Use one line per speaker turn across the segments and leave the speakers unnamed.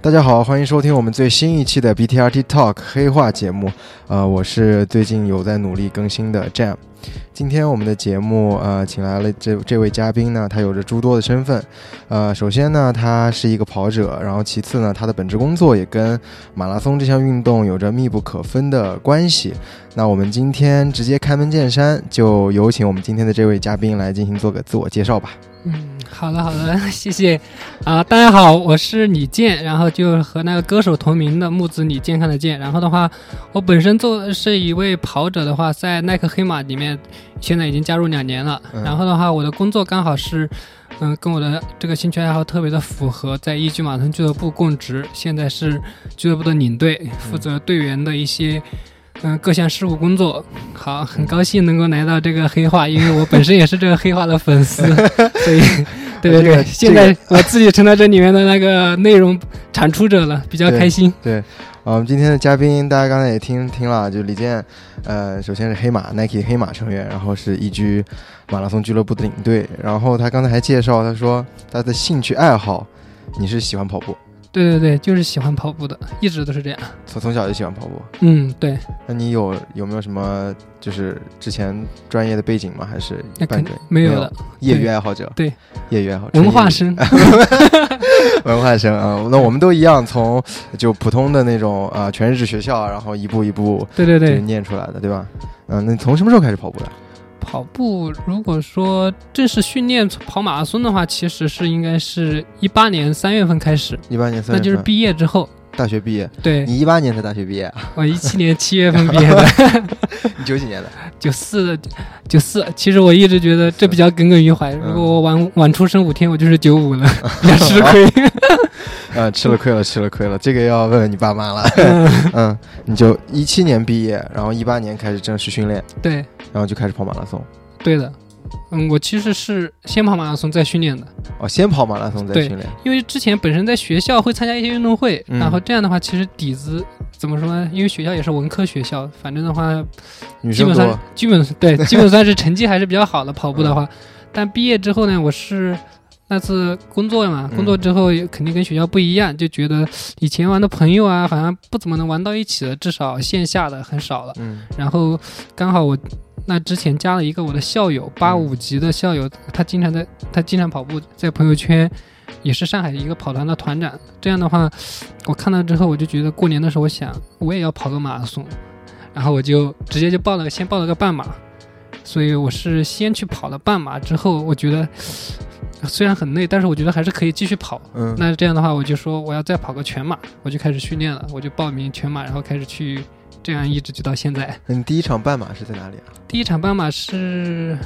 大家好，欢迎收听我们最新一期的 BTRT Talk 黑话节目。呃，我是最近有在努力更新的 Jam。今天我们的节目呃，请来了这这位嘉宾呢，他有着诸多的身份。呃，首先呢，他是一个跑者，然后其次呢，他的本职工作也跟马拉松这项运动有着密不可分的关系。那我们今天直接开门见山，就有请我们今天的这位嘉宾来进行做个自我介绍吧。
嗯，好的好的， 谢谢啊、大家好，我是李健，然后就和那个歌手同名的木子李健康的健。然后的话，我本身做是一位跑者的话，在耐克黑马里面，现在已经加入两年了。
嗯
然后的话，我的工作刚好是，嗯，跟我的这个兴趣爱好特别的符合，在一局马拉松俱乐部供职，现在是俱乐部的领队，负责队员的一些。嗯，各项事务工作好，很高兴能够来到这个黑化，因为我本身也是这个黑化的粉 丝，所以对对
这个
对，现在我自己成了这里面的那个内容产出者了，比较
对
开心。
对，啊，我们今天的嘉宾，大家刚才也听听了，就李健，呃，首先是黑马 Nike 黑马成员，然后是一居马拉松俱乐部的领队，然后他刚才还介绍，他说他的兴趣爱好，你是喜欢跑步，
对对对，就是喜欢跑步的，一直都是这样。
从从小就喜欢跑步，
嗯，对，
那你有有没有什么就是之前专业的背景吗？还是
那
半
肯
专业？
没有
没有
的。
业余爱好者？
对，
业余爱好者，
文化
业余
生，
文化生啊，那我们都一样，从就普通的那种啊、全日制学校，然后一步一步
对对
就是
对，
念出来的，对吧？嗯，那从什么时候开始跑步的？
跑步如果说正式训练跑马拉松的话，其实是应该是一八年三月份开始，
一八年三
那
月份，
就是毕业之后。
大学毕业。
对
你一八年才大学毕业啊？
我一七年七月份毕业的，
你九几年的？
九四九四，其实我一直觉得这比较耿耿于怀。如果我晚晚出生五天，我就是九五了，比较吃亏。
呃，吃了亏了，吃了亏了，这个要问问你爸妈 了。嗯，你就一七年毕业，然后一八年开始正式训练，
对
然后就开始跑马拉松。
对的，嗯，我其实是先跑马拉松再训练的，
哦，先跑马拉松再
对
训练。
因为之前本身在学校会参加一些运动会，
嗯
然后这样的话，其实底子怎么说呢？因为学校也是文科学校，反正的话，
女
基
生
本
多嗯
上，基本对 基本算是成绩还是比较好的跑步的话。但毕业之后呢，我是那次工作嘛，
嗯
工作之后也肯定跟学校不一样，就觉得以前玩的朋友啊，好像不怎么能玩到一起了，至少线下的很少了。
嗯
然后刚好我那之前加了一个我的校友，八五级的校友，他经常在他经常跑步，在朋友圈也是上海一个跑团的团长。这样的话，我看到之后我就觉得过年的时候，我想我也要跑个马拉松，然后我就直接就报了，先报了个半马。所以我是先去跑了半马之后，我觉得虽然很累，但是我觉得还是可以继续跑。
嗯，
那这样的话，我就说我要再跑个全马，我就开始训练了，我就报名全马，然后开始去，这样一直就到现在。
那你第一场半马是在哪里啊？
第一场半马是，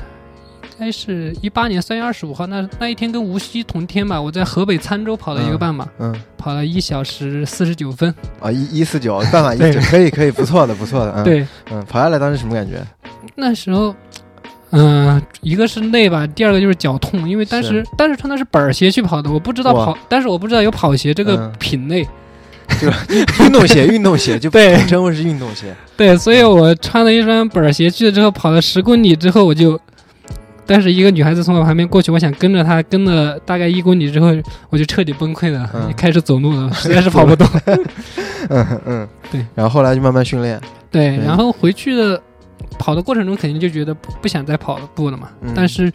应该是一八年三月二十五号，那那一天跟无锡同天吧，我在河北沧州跑了一个半马，
嗯，
跑了一小时四十九分。
啊一一四九半马一四九，可以可以，不错的不错的。嗯，
对，
嗯，跑下来当时什么感 觉？
那时候。嗯、一个是累吧，第二个就是脚痛，因为当时当时穿的是板儿鞋去跑的，我不知道
哇
跑，但是我不知道有跑鞋这个
嗯
品类，
运动鞋，运动鞋就
对
真会是运动鞋。
对，所以我穿了一双板儿鞋去了之后，跑了十公里之后，我就，但是一个女孩子从我旁边过去，我想跟着她，跟了大概一公里之后，我就彻底崩溃了，
嗯
开始走路 了，实在是跑不动。
嗯嗯，
对。
然后后来就慢慢训练。
对，
对
然后回去的跑的过程中，肯定就觉得不不想再跑步了嘛。
嗯
但是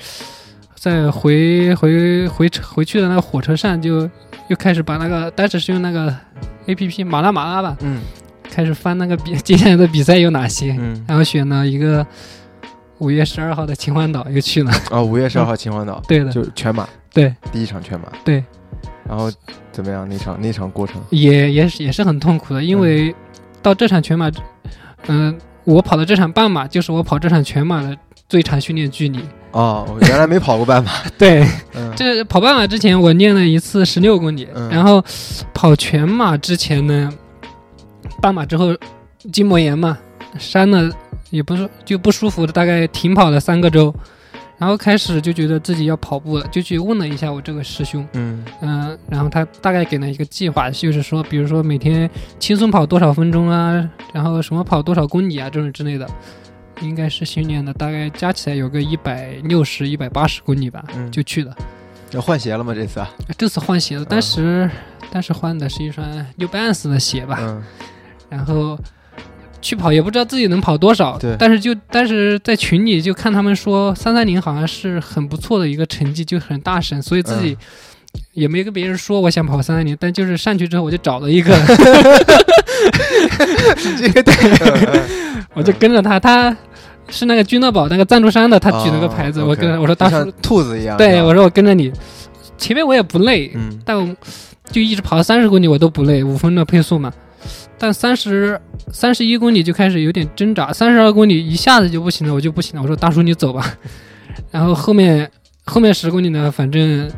在回回回回去的那个火车上，就又开始把那个当时是用那个 A P P 马拉马拉吧，
嗯
开始翻那个比接下来的比赛有哪些。
嗯。
然后选了一个五月十二号的秦皇岛又去了。
啊，五月十二号秦皇岛，
嗯对的，
就是全马，
对，
第一场全马，
对。
然后怎么样？那场那场过程，
也也是也是很痛苦的，因为到这场全马，嗯、我跑的这场半马就是我跑这场全马的最长训练 距离。
哦，我原来没跑过半马，
对，
嗯，
这跑半马之前我练了一次十六公里，
嗯
然后跑全马之前呢，半马之后筋膜炎嘛，伤了也不是就不舒服的，大概停跑了三个周。然后开始就觉得自己要跑步了，就去问了一下我这个师兄，
嗯
嗯，然后他大概给了一个计划，就是说，比如说每天轻松跑多少分钟啊，然后什么跑多少公里啊，这种之类的，应该是训练的，大概加起来有个一百六十、一百八十公里吧，
嗯
就去了。
这换鞋了吗？这次啊？
这次换鞋子，当时、当时换的是一双 New Balance 的鞋吧，
嗯，
然后去跑也不知道自己能跑多少，
对
但是就但是在群里就看他们说三三零好像是很不错的一个成绩，就很大神，所以自己
嗯
也没跟别人说我想跑三三零，但就是上去之后我就找了一个，
这个对，嗯
我就跟着他，他是那个君乐宝那个赞助商的，他举了个
哦
牌子，
OK
我跟他我说大
就像
叔，
兔子一样，是
对
吧
我说我跟着你，前面我也不累，
嗯
但我就一直跑到三十公里我都不累，五分的配速嘛。但三十三十一公里就开始有点挣扎，三十二公里一下子就不行了，我就不行了。我说大叔你走吧。 然后后面后面十公里呢，反正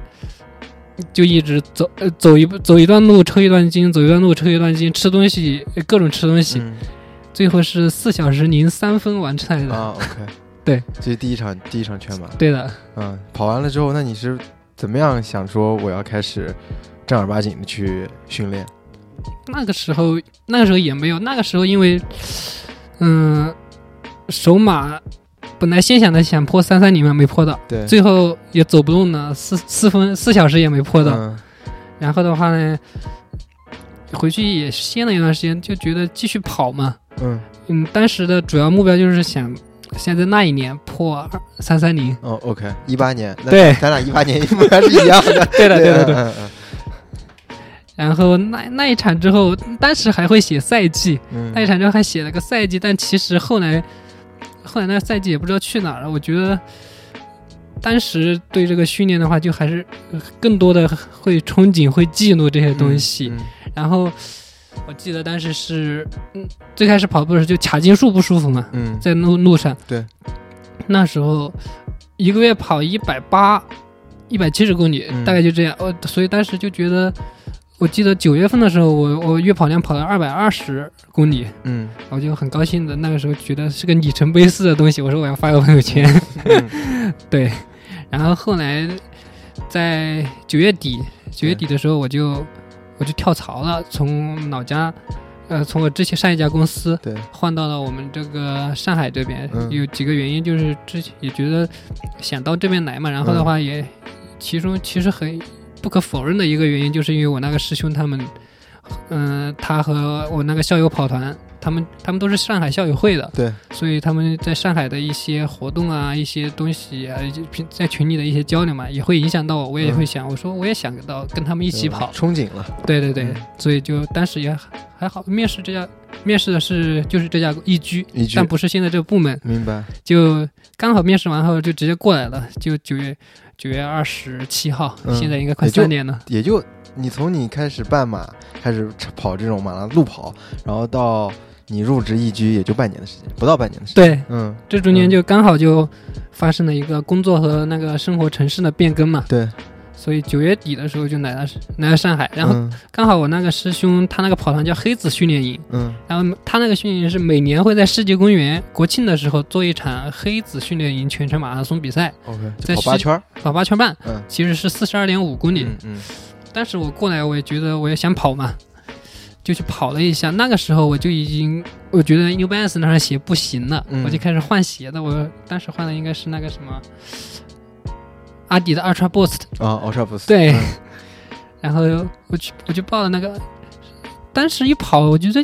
就一直走，呃，走一步走一段路抽一段筋，走一段路抽一段筋，吃东西呃各种吃东西，
嗯
最后是四小时零三分完成来的。
啊，OK，
对，
这是第一场第一场全马，
对的，
嗯，跑完了之后，那你是怎么样想说我要开始正儿八经的去训练？
那个时候，那个时候也没有，那个时候因为，嗯、首马本来先想着想破三三零嘛，没破到，
对，
最后也走不动了，四四分四小时也没破到。
嗯
然后的话呢，回去也歇了一段时间，就觉得继续跑嘛。
嗯，
嗯，当时的主要目标就是想想在那一年破三三零。
哦，OK，一八年，那
对
咱俩一八年一模还是一样的，
对 的，对的，对的。
嗯嗯
然后那那一场之后，当时还会写赛季，
嗯，
那一场之后还写了个赛季，但其实后来后来那个赛季也不知道去哪儿了。我觉得当时对这个训练的话，就还是呃更多的会憧憬、会记录这些东西。
嗯，嗯
然后我记得当时是，嗯，最开始跑步的时候就卡筋束不舒服嘛，
嗯，
在路路上。
对，
那时候一个月跑一百八、一百七十公里，
嗯
大概就这样。我所以当时就觉得，我记得九月份的时候，我我月跑量跑了二百二十公里，
嗯，
我就很高兴的。那个时候觉得是个里程碑式的东西，我说我要发个朋友圈。
嗯
对，然后后来在九月底，九月底的时候我就我就跳槽了，从老家，呃，从我之前上一家公司
嗯对，
换到了我们这个上海这边，
嗯
有几个原因，就是之前也觉得想到这边来嘛，然后的话也，其中其实很不可否认的一个原因，就是因为我那个师兄他们，嗯、他和我那个校友跑团，他们他们都是上海校友会的，
对，
所以他们在上海的一些活动啊，一些东西啊，以及平在群里的一些交流嘛，也会影响到我，我也
嗯
会想，我说我也想到跟他们一
一
起跑，
嗯憧憬了，
对对对
嗯，
所以就当时也还还好，面试这家面试的是就是这家易居，
一句
但不是现在这个部门，
明白，
就刚好面试完后就直接过来了，就九月九月二十七号，
嗯
现在应该快
也就
三点了。
也就你从你开始半马开始跑这种马拉路跑，然后到你入职一居也就半年的时间，不到半年的时间。
对，
嗯，
这中
嗯
间就刚好就发生了一个工作和那个生活城市的变更嘛，
对，
所以九月底的时候就来了来了上海，然后
嗯
刚好我那个师兄他那个跑团叫黑子训练营，
嗯
然后他那个训练营是每年会在世纪公园国庆的时候做一场黑子训练营全程马拉松比赛，
，OK，就
在
跑八
西
圈儿，
跑八圈半，
嗯，
其实是四十二点五公里。
嗯嗯
当时我过来，我也觉得我也想跑嘛，就去跑了一下。那个时候我就已经，我觉得 New Balance 那双鞋不行了，
嗯
我就开始换鞋的。我当时换的应该是那个什么阿迪的 Ultra Boost，
啊，Ultra Boost，
对。
嗯
然后我去，我就报了那个，当时一跑，我觉得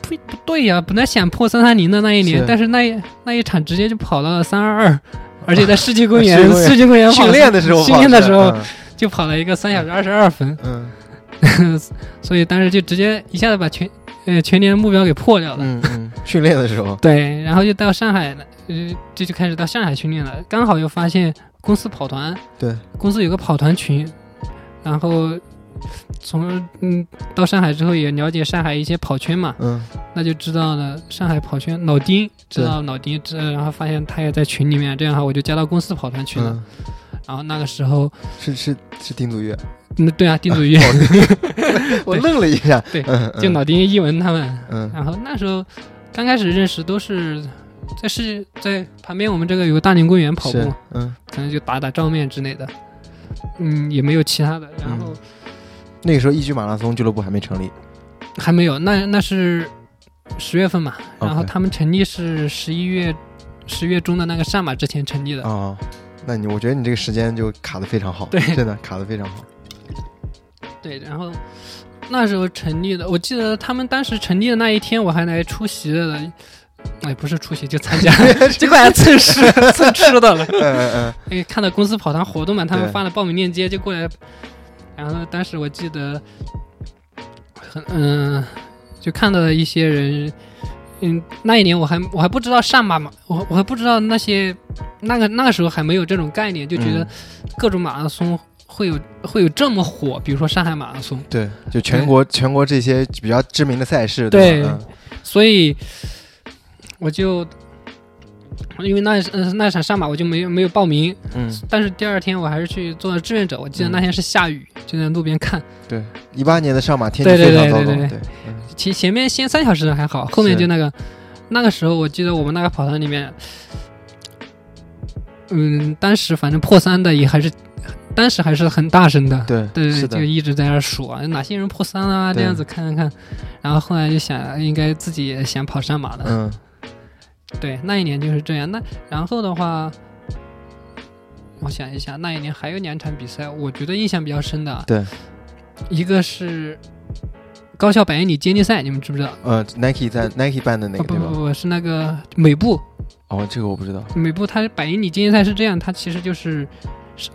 不不对呀、本来想破三三零的那一年，
是
但是那一那一场直接就跑到了三二二。而且在世纪公
世
园
纪，公园
世纪公园跑
训练的时候跑
训练的
是
时候
嗯
就跑了一个三小时二十二分，
嗯
所以当时就直接一下子把全呃全年目标给破掉了。
嗯嗯，训练的时候，
对，然后就到上海了，呃，这就开始到上海训练了。刚好又发现公司跑团，
对，
公司有个跑团群，然后从嗯到上海之后也了解上海一些跑圈嘛，
嗯
那就知道了上海跑圈老丁，知
对
道老丁，知然后发现他也在群里面，这样的话我就加到公司跑团群了。
嗯，
然后那个时候，
是是是丁祖月，
嗯，对啊，丁祖玉、
哦我愣了一下，
对
嗯，嗯
就老丁、一文他们，
嗯
然后那时候刚开始认识都是在市在旁边我们这个有个大宁公园跑步
是
嘛，
嗯，
可能就打打照面之类的，嗯，也没有其他的。然后
那个时候一居马拉松俱乐部还没成立，
还没有，那那是十月份嘛，然后
OK
他们成立是十一月十月中的那个上马之前成立的，
哦，那你我觉得你这个时间就卡的非常好，
对
真的卡的非常 好。
对，然后那时候成立的，我记得他们当时成立的那一天，我还来出席了，哎，不是出席就参加，结 果还蹭吃蹭吃的了。
嗯嗯
因为哎看到公司跑团活动嘛，他们
对
发了报名链接就过来，然后当时我记得很嗯、就看到一些人。嗯，那一年我还我还不知道上马嘛，我我还不知道那些，那个那个时候还没有这种概念，就觉得
嗯
各种马拉松会有会有这么火，比如说上海马拉松，
嗯，对，就全国全国这些比较知名的赛事，对吧
所以我就因为那呃那场上马我就没有没有报名，
嗯嗯，
但是第二天我还是去做了志愿者。我记得
嗯
那天是下雨，就在路边看。
对，一八年的上马天
对
气
对
非常
对
糟
对
糕，
对
对，嗯
其前面先三小时的还好，后面
是
就那个那个时候我记得我们那个跑团里面，嗯，当时反正破三的也还是当时还是很大声的。
对
对对，
是的
就，一直在那儿数啊，哪些人破三啊，这
对
样子看看看，然后后来就想，哎应该自己也想跑上马的，
嗯
对，那一年就是这样。那然后的话，我想一下，那一年还有两场比赛，我觉得印象比较深的，啊
对，
一个是高校百英里接力赛，你们知不知道？啊
呃，Nike 在 Nike 办的那
不
个对
哦不不
吧？
不，是那个美步，
哦，这个我不知道。
美步它百英里接力赛是这样，它其实就是是。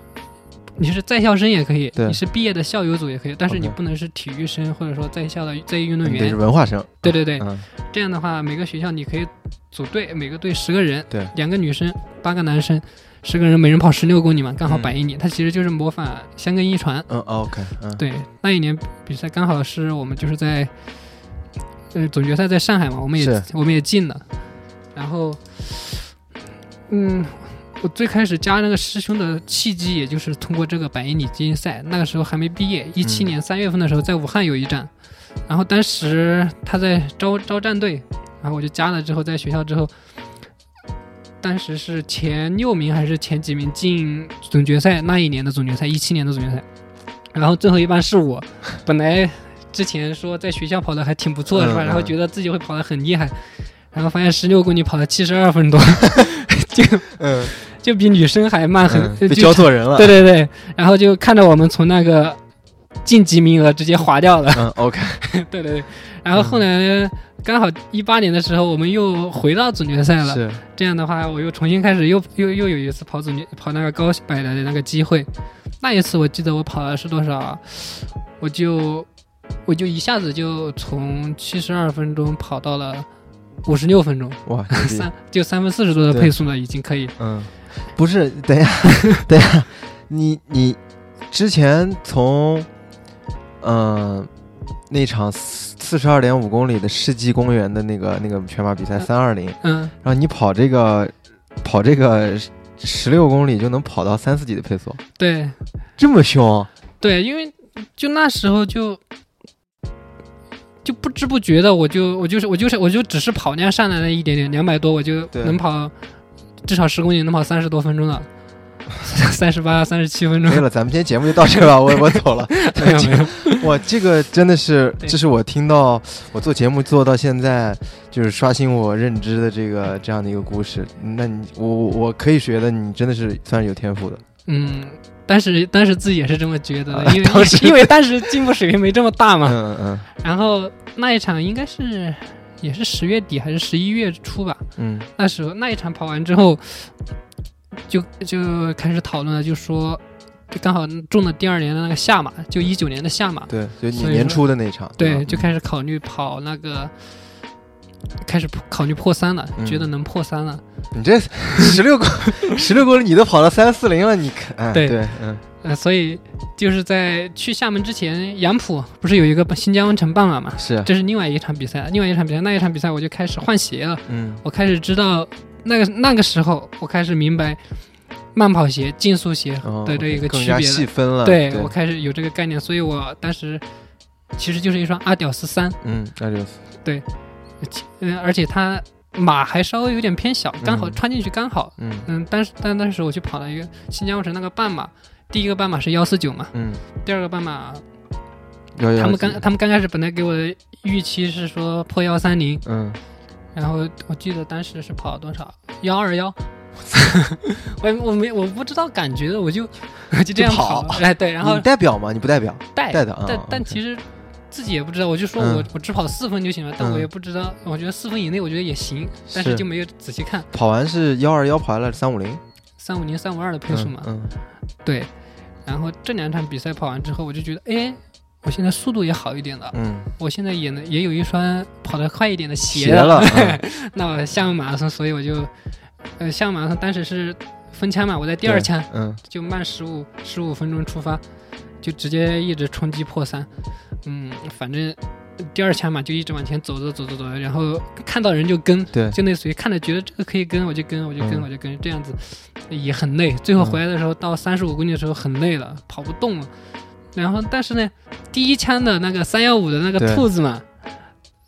你是在校生也可以，
对
你是毕业的校友组也可以，但是你
OK
不能是体育生或者说在校的在役运动
你得
员
嗯是。文化生，
对对对，
嗯
这样的话，每个学校你可以组队，每个队十个人，
对
两个女生，八个男生，十个人每人跑十六公里嘛，刚好
嗯
百英里。它其实就是模仿香根一传。
嗯，OK，嗯，
对，那一年比赛刚好是我们就是在，呃，总决赛在上海嘛，我们也
是
我们也进了。然后，嗯，我最开始加那个师兄的契机，也就是通过这个百英里精英赛，那个时候还没毕业，一七
嗯
年三月份的时候在武汉有一站，然后当时他在招招战队，然后我就加了之后，在学校之后。当时是前六名还是前几名进总决赛？那一年的总决赛，一七年的总决赛，然后最后一班是我，本来之前说在学校跑的还挺不错是吧？
嗯嗯
然后觉得自己会跑得很厉害，然后发现十六公里跑了七十二分多，就
嗯，
就比女生还慢 很，呃
嗯被
就
教错人了，
对对对，然后就看着我们从那个晋级名额直接划掉了，
嗯，OK，
对对对，然后后来刚好一八年的时候我们又回到总决赛了，
是，
这样的话，我又重新开始又又又有一次跑总决跑那个高百来的那个机会，那一次我记得我跑的是多少啊，我就我就一下子就从七十二分钟跑到了五十六分钟，
哇，牛逼
三就三分四十多的
对
配速了，已经可以。
嗯，不是，等一下， 等一下，你你之前从嗯、呃那场四十二点五公里的世纪公园的那个那个全马比赛
嗯
三二零，
嗯，
然后你跑这个跑这个十六公里就能跑到三四几的配速，
对
这么凶？啊
对，因为就那时候就。就不知不觉的，我就我就是我就是我就只是跑量上来了一点点，两百多我就
对
能跑，至少十公里能跑三十多分钟了，三十八、三十七分 钟
没。有了，咱们今天节目就到这儿吧，我我走了。
没有没有，
哇，这个真的是，
对
这是我听到我做节目做到现在，就是刷新我认知的这个这样的一个故事。那你我我我可以觉得你真的是算是有天赋的，
嗯，当时当时自己也是这么觉得
啊
的，因为
当时
因为当时进步水平没这么大嘛。
嗯嗯
然后那一场应该是也是十月底还是十一月初吧，
嗯
那时候那一场跑完之后，就就开始讨论了，就说就刚好中了第二年的那个下马，就一九年的下马
嗯，，对，就你
所以
年
说
初的那场，
对，
吧
就开始考虑跑那个。开始考虑破三了，
嗯
觉得能破三了，
你这十 六公十六公里你都跑到三四零了，你看，哎
对
对，嗯
呃，所以就是在去厦门之前，杨浦不是有一个新疆温城半马嘛，
是，
这是另外一场比赛，另外一场比赛，那一场比赛我就开始换鞋了，
嗯
我开始知道那个那个时候，我开始明白慢跑鞋、竞速鞋
哦
的这一个
更
区
加
别
细
了。
分了，
对
嗯对，
我开始有这个概念，所以我当时其实就是一双阿屌丝三，
嗯，那就是
嗯，而且它码还稍微有点偏小，刚好
嗯
穿进去刚好，
嗯
嗯，但是但当时我去跑了一个新疆城那个半马，第一个半马是幺四九嘛，
嗯，
第二个半马
幺幺
他们
几
刚他们刚开始本来给我的预期是说破幺三零。
嗯
然后我记得当时是跑了多少幺二幺， 我我没我不知道感觉的，我就 我就这样
就跑
跑，哎对，然后
你代表吗？你不代表，
带
带的啊
但
啊
但
OK
其实自己也不知道，我就说我、
嗯
我只跑四分就行了，但
嗯
我也不知道，我觉得四分以内我觉得也行，但是
是
就没有仔细看
跑完是幺二幺，跑完了三五零
三五零三五二的配速嘛，
嗯，
对，然后这两场比赛跑完之后，我就觉得哎。我现在速度也好一点了，
嗯，
我现在也能也有一双跑得快一点的鞋
斜了嗯
那我厦门马拉松，所以我就，呃，厦门马拉松当时是分枪嘛，我在第二
对
枪，
嗯，
就慢十五十五分钟出发，就直接一直冲击破三。嗯，反正第二枪嘛，就一直往前走走走走走，然后看到人就跟，
对，
就类似于看着觉得这个可以跟，我就跟，我就跟，
嗯
我就跟，这样子也很累。最后
嗯
回来的时候，到三十五公里的时候很累了，跑不动了。然后但是呢，第一枪的那个三幺五的那
对
个兔子嘛。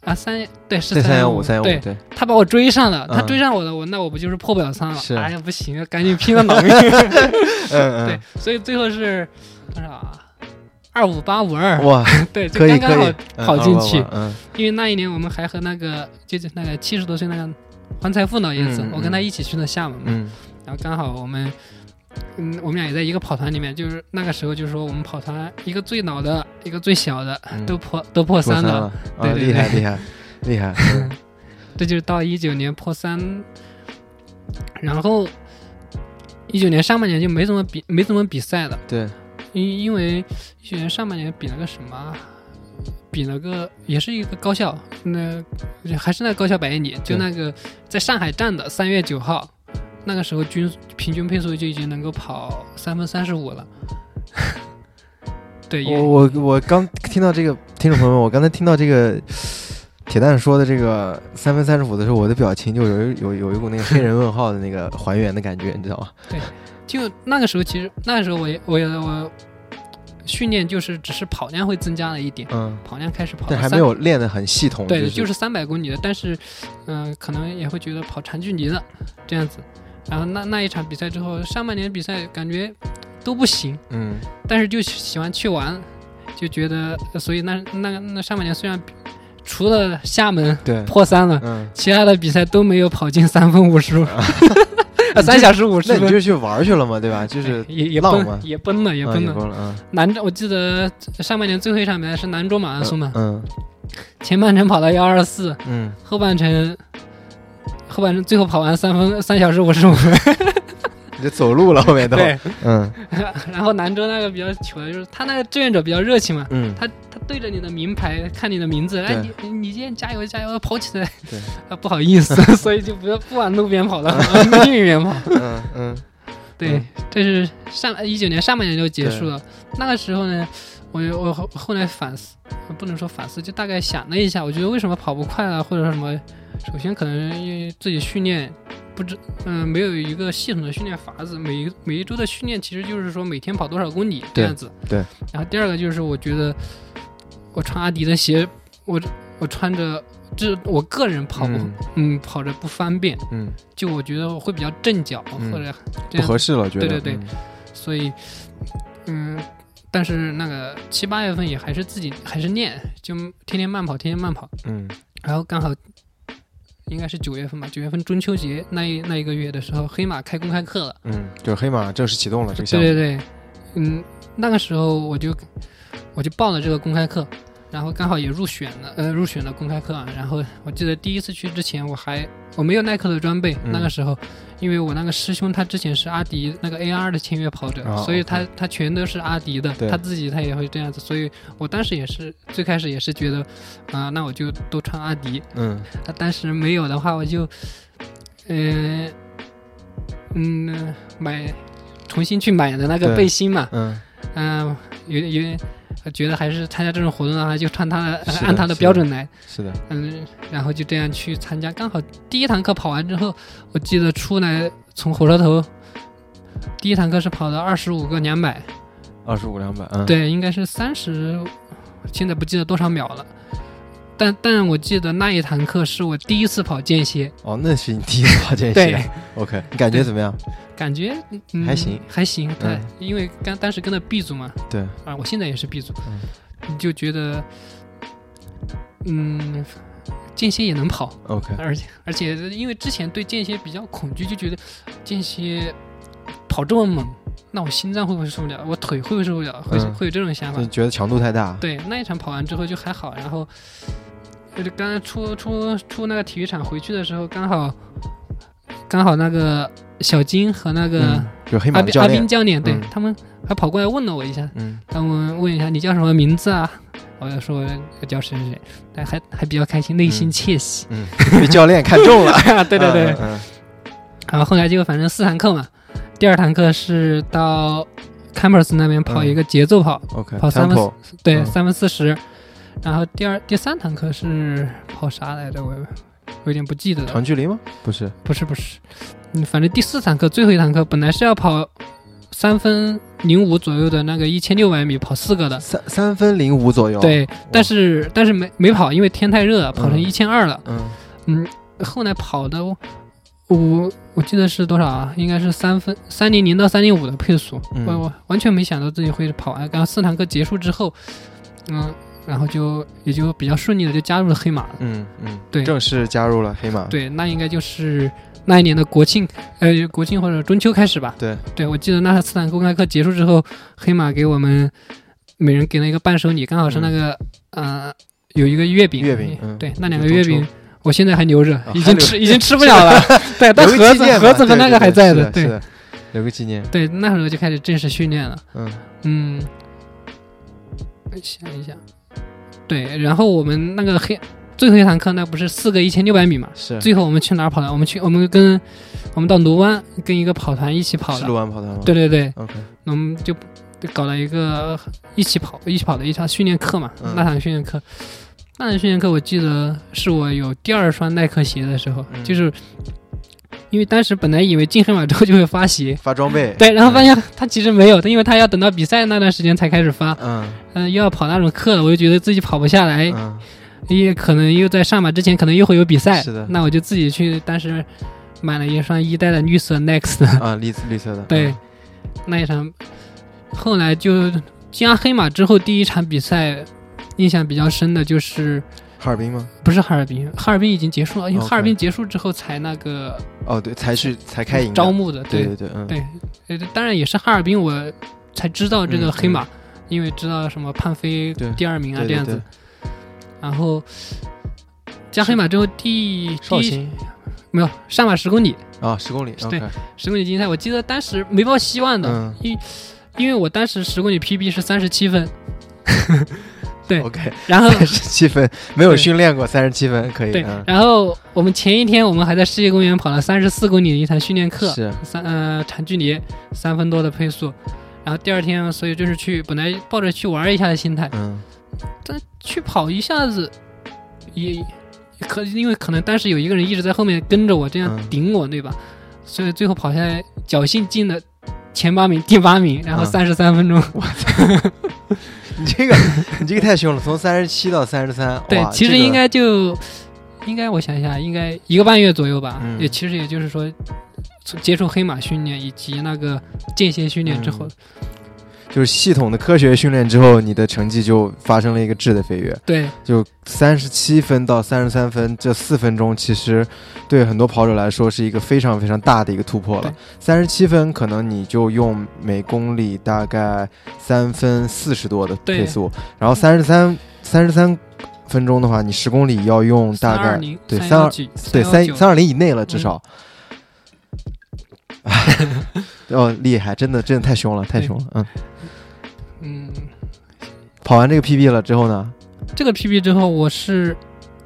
啊，三对是
对三幺
幺
五三幺五，
对，
对，
他把我追上了，他
嗯
追上我了，我那我不就是破不了三了
是？
哎呀，不行，赶紧拼了老 命！
嗯
对，所以最后是多少啊？二五八五二
嗯，，哇，
对，就
可以
刚
可
刚好
以。，嗯
跑进去
255嗯，
因为那一年我们还和那个就是那个七十多岁那个黄财富老爷子
嗯嗯，
我跟他一起去的厦门嘛，
嗯
然后刚好我们，嗯，我们俩也在一个跑团里面，就是那个时候就是说我们跑团一个最老的，一个最小的
嗯，
啊都破都破
破
三了，
了，啊
对对
厉害
对
厉害厉害，嗯
这就是到一九年破三，然后一九年上半年就没怎么比没怎么比赛了，
对，
因因为一九年上半年比了个什么啊，比了个也是一个高校，那还是那个高校百米，
对
就那个在上海站的三月九号，那个时候均平均配速就已经能够跑三分三十五了， 对，也
我我我刚听到这个听众朋友们，我刚才听到这个铁蛋说的这个三分三十五的时候，我的表情就有一有有一股那个黑人问号的那个还原的感觉，你知道吗？
嗯就那个时候，其实那个时候我也我也我训练就是只是跑量会增加了一点，
嗯，
跑量开始跑了
但
三，
还没有练得很系统，
对，
就
就是是三百公里的，但是嗯、呃可能也会觉得跑长距离了这样子。然后那那一场比赛之后，上半年比赛感觉都不行，
嗯
但是就喜喜欢去玩，就觉得呃所以那那那上半年虽然比除了厦门
对，
破三了，
嗯，
其他的比赛都没有跑进三分五 十五，啊三小时五十
那你
分。
就去玩去了嘛，对吧？就是
哎也也
浪嘛
崩也崩了，也
嗯
崩
也
了。
崩了，嗯
兰州，我记得上半年最后一场比赛是兰州马拉松嘛，
嗯
前半程跑到幺二四，
嗯，
后半程后半程最后跑完三分三小时五十 五分。
你就走路了后面都，
对，
嗯
然后兰州那个比较糗的就是他那个志愿者比较热情嘛，
嗯，
他他对着你的名牌看你的名字，哎
对
你你今天加油加油跑起来
对，
啊不好意思，所以就不要不往路 边跑了，啊往另一边跑。
嗯嗯
对
嗯，
这是上呃一九年上半年就结束了。那个时候呢，我我后后来反思，不能说反思，就大概想了一下，我觉得为什么跑不快啊，或者说什么，首先可能因为自己训练不知，嗯、没有一个系统的训练法子，每一每一周的训练其实就是说每天跑多少公里这
对
样子。
对
然后第二个就是我觉得我穿阿迪的鞋，我我穿着。这我个人跑步，
嗯
嗯跑着不方便，
嗯，
就我觉得我会比较震脚，
嗯
或者这
不
样
合适了，觉得，
对对对所以，嗯，但是那个七八月份也还是自己还是练，就天天慢跑，天天慢跑。
嗯，嗯，
然后刚好应该是九月份吧，九月份中秋节那一那一个月的时候，黑马开公开课了。
嗯，就是黑马正式启动了这个项
对
目，
对对，嗯，那个时候我就我就报了这个公开课，然后刚好也入选了，呃，入选了公开课啊。然后我记得第一次去之前，我还我没有耐克的装备，
嗯
那个时候，因为我那个师兄他之前是阿迪那个 AR 的签约跑者，
哦
所以他
OK
他全都是阿迪的
对，
他自己他也会这样子，所以我当时也是最开始也是觉得，啊、那我就都穿阿迪，
嗯
啊，当时没有的话，我就，嗯、嗯，买重新去买的那个
对
背心嘛，
嗯，
嗯、有有点觉得还是参加这种活动的话，就穿它的呃
是的
按它的
是
标
的
准来，
是的，
嗯，然后就这样去参加。刚好第一堂课跑完之后，我记得出来从火车头，第一堂课是跑了二十五个两
嗯
百，
二十五两百，嗯，
对，应该是三十，现在不记得多少秒了。但但我记得那一堂课是我第一次跑间歇，
哦，那是你第一次跑间
对
歇，OK，你感觉怎么样？
感觉、嗯、
还行，
还行。对，
嗯
因为刚当时跟着 B 组嘛，
对，
啊，我现在也是 B 组，你就觉得，嗯，间歇也能跑，
OK，
而且而且因为之前对间歇比较恐惧，就觉得间歇跑这么猛，那我心脏会不会受不了？我腿会不会受不了？会、
嗯
会有这种想法
就。觉得强度太大。
对，那一场跑完之后就还好，然后呃就是刚才出出出那个体育场回去的时候，刚好刚好那个小金和那个
嗯，就黑
阿
马的
斌、
教
阿
练
斌，教练，对、
嗯
他们还跑过来问了我一下，
嗯，
他们问一下你叫什么名字啊？我就说我叫谁谁谁，但还还比较开心，内心
嗯
窃喜。
被教练看中了。
对对对，
嗯，嗯
然后后来就反正四堂课嘛，第二堂课是到 campus 那边跑一个节奏跑，
嗯 OK，
跑三分
tempo，
对，
嗯
三分四十。然后第二、第三堂课是跑啥来着？我我有点不记得了
长。距离吗？不是，
不是不是，嗯，反正第四堂课最后一堂课本来是要跑三分零五左右的那个一千六百米跑四个的，
三三分零五左右。，
对，但是但是没没跑，因为天太热了，跑成
哦嗯
一千二了。
嗯
嗯，后来跑的我我我记得是多少啊？应该是三分三零零到三零五的配速，
嗯
我我完全没想到自己会跑完。然后四堂课结束之后，嗯，然后就也就比较顺利的就加入了黑马了。
嗯嗯，
对
正式加入了黑马。
对，那应该就是那一年的国庆，呃，国庆或者中秋开始吧。
对，
对，我记得那次堂公开课结束之后，黑马给我们每人给了一个伴手礼，刚好是那个、呃有一个月饼，
嗯月饼嗯
对，那两个
就
月
中
饼我现在还留着，
哦
已
还
经
留
吃已经吃不了了。 对，啊但
留个
盒
纪
子
念吧
盒子
对
和那个
对
还在
对是
的，对
的，是的留个纪念。
对，那时候就开始正式训练了。
嗯
嗯，想一想，对，然后我们那个黑最后一堂课，那不是四个一千六百米嘛？
是。
最后我们去哪儿跑的？我们去，我们跟我们到卢湾跟一个跑团一起跑
是
的
录。完跑团吗？
对对对，
，OK，
我们就搞了一个一起跑一起跑的一堂训练课嘛，
嗯
那堂训练课，那堂训练课我记得是我有第二双耐克鞋的时候，
嗯
就是因为当时本来以为进黑马之后就会发鞋，
发装备。
对，然后发现他其实没有，因为他要等到比赛那段时间才开始发，
嗯，
嗯、又要跑那种课了，我就觉得自己跑不下来，
嗯
也可能又在上马之前可能又会有比赛，
是的
那我就自己去当时买了一双一代的绿色 Next 的。
嗯啊，绿绿色的。
对，那一场，后来就加黑马之后第一场比赛，印象比较深的就是
哈尔滨吗？
不是哈尔滨，哈尔滨已经结束了，因为
OK
哈尔滨结束之后才那个
哦，对，才去才开营的。
招募的，
对
对
对对，嗯，
对对，当然也是哈尔滨我才知道这
嗯
个黑
嗯
马，因为知道什么潘飞
对
第二名啊
对
这样
对
子，然后加黑马之后第第
绍
一
兴
没有上马十公里，
啊，十公里，
对
OK，
十公里竞赛，我记得当时没抱希望的，
嗯
因因为我当时十公里 PB 是三十 七分，对
，OK，
然后
三十 七分，没有
对
训练过，三十七分可以，
对
嗯，
然后我们前一天我们还在世界公园跑了三十四公里的一场训练课，
是，
三呃长距离三分多的配速，然后第二天所以就是去本来抱着去玩一下的心态，
嗯
但去跑一下子也可因为可能当时有一个人一直在后面跟着我这样
嗯
顶我、对吧？所以最后跑下来侥幸进了前八名第八名，然后
嗯
三十三分钟。
你这个你这个太凶了，从三十七到三十三，
对，
哇
其
这个
实应该就，应该我想一下，应该一个半月左右吧。
嗯
也其实也就是说，从接触黑马训练以及那个间歇训练之后，
嗯就是系统的科学训练之后，你的成绩就发生了一个质的飞跃，
对
就三十七分到三十三分这四分钟，其实对很多跑者来说是一个非常非常大的一个突破了
对。
三十七分可能你就用每公里大概三分四十多的
对
配速，然后三十三三十三分钟的话，你十公里要用大
二
概
零
对
三
三二
几
对三
九
三二零以内了，至
嗯
少。 哦，厉害，真的，真的太凶了，太
对
凶了。嗯，
嗯，
跑完这个 PB 了之后呢？
这个 PB 之后，我是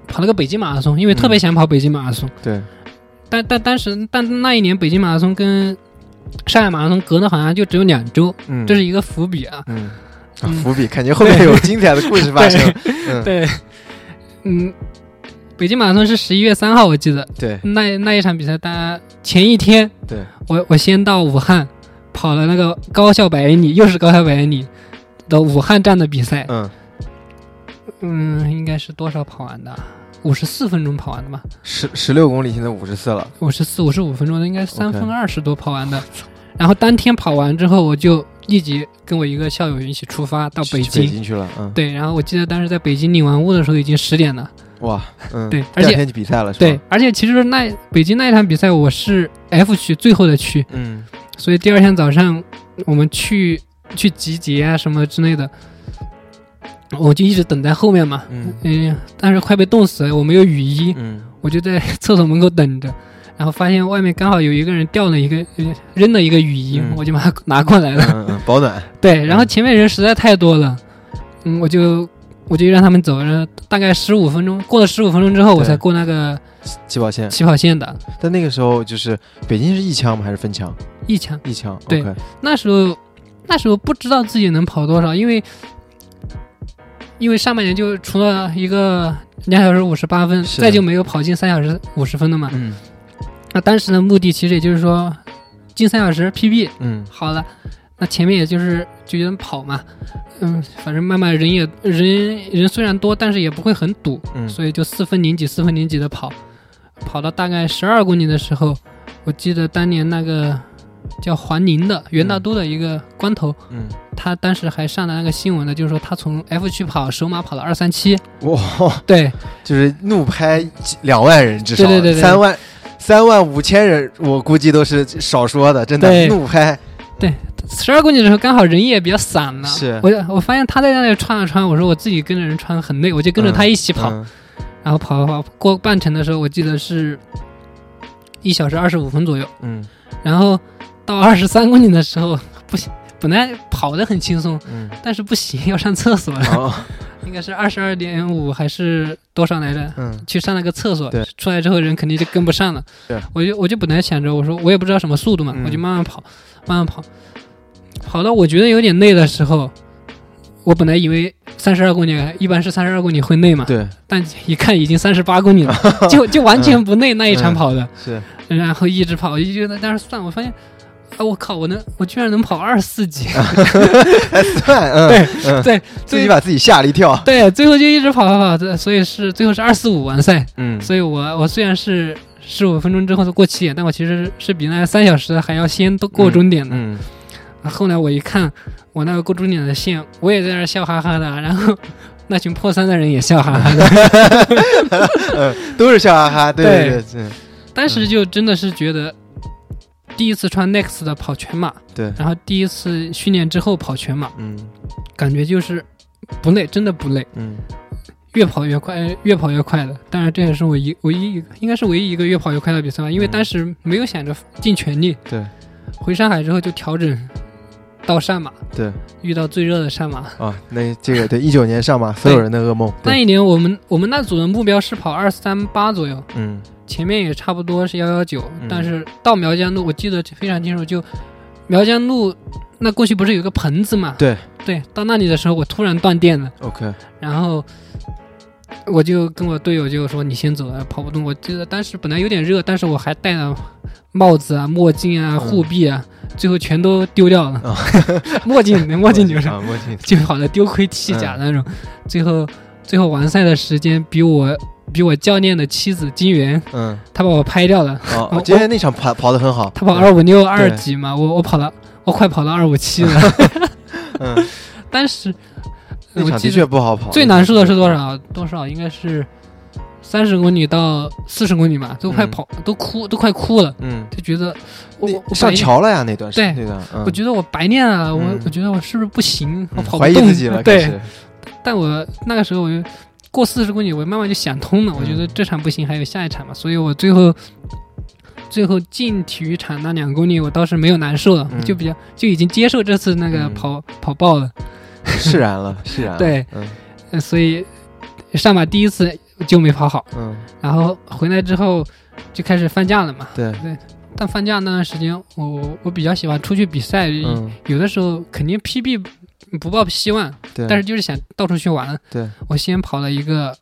跑了个北京马拉松，因为特
嗯
别想跑北京马拉松，
对，
但但当时但那一年北京马拉松跟上海马拉松隔了好像就只有两周，
嗯，
这是一个伏笔啊。
嗯，啊
嗯
伏笔，感觉后面有精彩的故事发生。嗯，
对，嗯，北京马拉松是十一月三号，我记得。
对
那那一场比赛，大家前一天，
对，
我我先到武汉跑了那个高校百米，又是高校百米的武汉站的比赛，
嗯，
嗯，应该是多少跑完的？五十四分钟跑完的吧？
十十六公里现在五十四了，
五十四、五十五分钟的，应该是三
OK
分二十多跑完的。然后当天跑完之后，我就立即跟我一个校友一起出发到
北
北京。
京去了，嗯，
对，然后我记得当时在北京领完物的时候已经十点了。
哇，嗯，
对
第二
而且
天去比赛了，是吧
对，，而且其实那北京那一场比赛我是 F 区最后的区，
嗯，
所以第二天早上我们去去集结啊什么之类的，我就一直等在后面嘛。
嗯
嗯，但是快被冻死了，我没有雨衣，
嗯，
我就在 厕所门口等着，然后发现外面刚好有一个人掉了一个呃扔了一个雨衣，
嗯
我就把它拿过来
嗯
了。
嗯嗯，保暖，
对，然后前面人实在太多了，嗯，我就我就让他们走，然后大概十五分钟，过了十五分钟之后，我
对嗯
才过那个
起跑线。
起跑线的
但那个时候就是北京是一枪吗？还是分枪？
一枪。
一枪，
对
OK，
那时候那时候不知道自己能跑多少，因为因为上半年就除了一个两小时五十八分，
是
再就没有跑进三小时五十分的嘛。
嗯
那当时的目的其实也就是说进三小时 PB
嗯
好了，那前面也就是就有人跑嘛，嗯，反正慢慢人也人人虽然多，但是也不会很堵，
嗯，
所以就四分零几四分零几的跑，跑到大概十二公里的时候，我记得当年那个叫黄宁的袁大都的一个光头，
嗯，
他当时还上了那个新闻的，就是说他从 F 区跑首马跑了二三七，
哇，
对
就是怒拍几两万人至少，
对对对对
三万三万五千人，我估计都是少说的，真的
对
怒拍，
十二公里的时候刚好人也比较散了，
是
我我发现他在那里穿啊穿，我说我自己跟着人穿很累，我就跟着他一起跑，
嗯
然后跑跑跑过半程的时候，我记得是一小时二十五分左右。
嗯
然后到二十三公里的时候，不行，本来跑得很轻松，
嗯，
但是不行，要上厕所了，
哦
应该是二十二点五还是多少来着？
嗯
去上了个厕所
对，
出来之后人肯定就跟不上了
是。
我就我就本来想着，我说我也不知道什么速度嘛，
嗯
我就慢慢跑，慢慢跑，跑到我觉得有点累的时候，我本来以为三十二公里一般是三十二公里会累嘛，
对
但一看已经三十八公里了，就就完全不累那一场
嗯
跑的。
是
然后一直跑，我就觉得，但是算了我发现，啊，我靠，我能，我居然能跑二 四级，
还算嗯
对
嗯，
对，
啊自己
最
把自己吓了一跳，
对，最后就一直跑跑跑，这所以是最后是二四五完赛，
嗯
所以我我虽然是十五分钟之后过起点，但我其实是比那三小时还要先都过终点的。
嗯
啊后来我一看，我那个过终点的线，我也在那儿笑哈哈的，然后那群破三的人也笑哈 哈的，
都是笑哈哈，对
对
对对
当时就真的是觉得。第一次穿 Next 的跑全马，
对对，
然后第一次训练之后跑全马，
嗯
感觉就是不累，真的不累，
嗯
越跑越快，呃越跑越快的。当然，这也是我一唯一一个，应该是唯一一个越跑越快的比赛吧，因为
嗯
当时没有想着尽全力。
对，
回上海之后就调整到上马，
对
遇到最热的上马。
啊，那这个对一九年上马，所有人的噩梦，
那
对
一年我们我们那组的目标是跑二三八左右，
嗯
前面也差不多是幺幺九
嗯，
但是到苗江路我记得非常清楚，就苗江路那过去不是有个棚子嘛？
对
对，到那里的时候我突然断电了。
OK，
然后我就跟我队友就说：“你先走啊，跑不动。”我记得当时本来有点热，但是我还戴了帽子啊、墨镜啊、
嗯
护臂啊，最后全都丢掉了。
啊
墨镜，墨镜就是
啊墨镜，
就跑的丢盔弃甲那种。最后最后完赛的时间比我比我教练的妻子金源，
嗯。
她把我拍掉了。
哦，
我
我今天那场跑跑得很好，
她跑二五六二几嘛，我我跑了，我快跑到二五 七了。
嗯，
当时
那
我
场
记
的
得
确不好跑。
最难受的是多？少？多少应该是三十公里到四十公里吧，都快
嗯
跑，都哭，都快哭了，
嗯，
就觉得我
那
我我
上
白
桥了呀，那段时
对
那段，嗯
我觉得我白练了，我
嗯
我觉得我是不是不行，我
嗯
跑
怀
不
疑
动
自己了，开
对，
始，
但我那个时候我就过四十公里，我慢慢就想通了，我觉得
嗯
这场不行，还有下一场嘛，所以我最后。最后进体育场那两公里，我倒是没有难受了，
嗯
就比较就已经接受这次那个
嗯
跑、跑爆了，
释然了，释然了。
对
嗯
呃所以上马第一次就没跑好，
嗯，
然后回来之后就开始放假了嘛。
对，
但放假那段时间，我我比较喜欢出去比赛，
嗯
有的时候肯定 PB 不抱希望，
对，
但是就是想到处去玩。
对，
我先跑了一个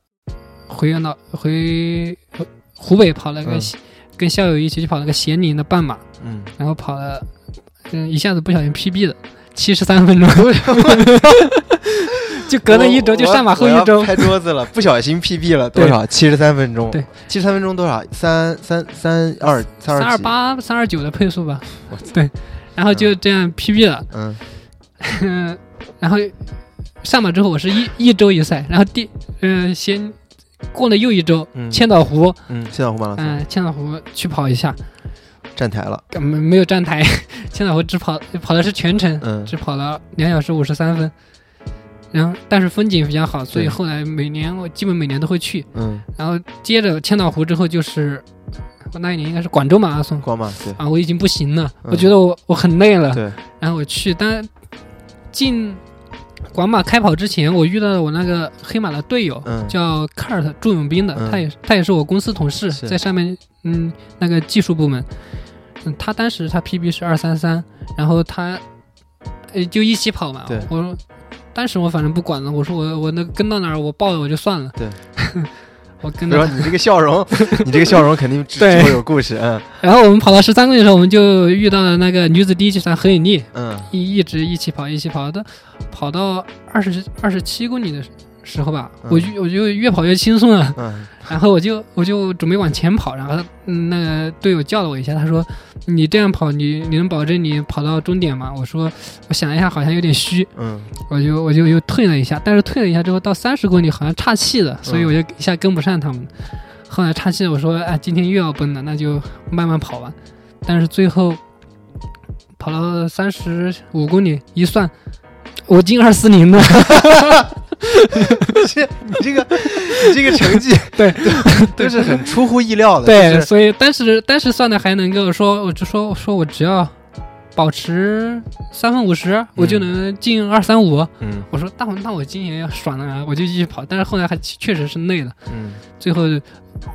回原老回回湖北跑了个、
嗯
跟校友一起去跑了个咸宁的半马，
嗯，
然后跑了嗯一下子不小心 PB 了，七十三分钟， 就隔了一周
我
就上马后
我
一
要
周，
拍桌子了，不小心 PB 了多少？七十三分钟，
对，
七十三分钟多少？三三三二三
三
二
二
几，
八三二九的配速吧
我。
对，然后就这样 PB 了，
嗯
嗯，然后上马之后我是一一周一赛，然后第嗯、先过了又一周，
嗯，
千岛湖，
嗯，千岛湖马拉松、
嗯、千岛湖去跑一下，
站台了，
根本没有站台，千岛湖只跑跑的是全程，
嗯
只跑了两小时五十三分，然后但是风景比较好，所以
对
后来每年我基本每年都会去。
嗯，
然后接着千岛湖之后就是我那一年应该是广州马拉松
光马对
啊，我已经不行了，
嗯
我觉得我我很累了，
对，
然后我去，但进广马开跑之前，我遇到了我那个黑马的队友。
嗯
叫 Kurt 祝永斌的，
嗯
他也他也是我公司同事，
是
在上面嗯那个技术部门，嗯他当时他 PB 是二三三，然后他呃就一起跑嘛
对，
我说当时我反正不管了，我说我我那个跟到哪儿我报了我就算了，
对，
我跟
比如说
到，
你这个笑 容，你这个笑容肯定之
对
后有故事，嗯
然后我们跑到十三公里的时候，我们就遇到了那个女子第一集团何颖丽，
嗯
一一直一起跑，一起跑到跑到二十二十七公里的时候吧，
嗯
我就我就越跑越轻松了，
嗯
然后我就我就准备往前跑，然后他嗯那个队友叫了我一下，他说你这样跑，你你能保证你跑到终点吗？我说我想了一下，好像有点虚，
嗯
我就我就又退了一下，但是退了一下之后到三十公里好像岔气了，所以我就一下跟不上他们。后来岔气了，我说哎，今天又要崩了，那就慢慢跑吧。但是最后跑到三十五公里，一算我进二四零了，
这你这个你这个成绩
对
都是很出乎意料的，
对，
就是
所以当时当时算的还能够说，我就说我说我只要保持三分五十，我就能进二三五。
嗯
我说那我那我今年要爽了啊，我就继续跑。但是后来还确实是累了，
嗯，
最后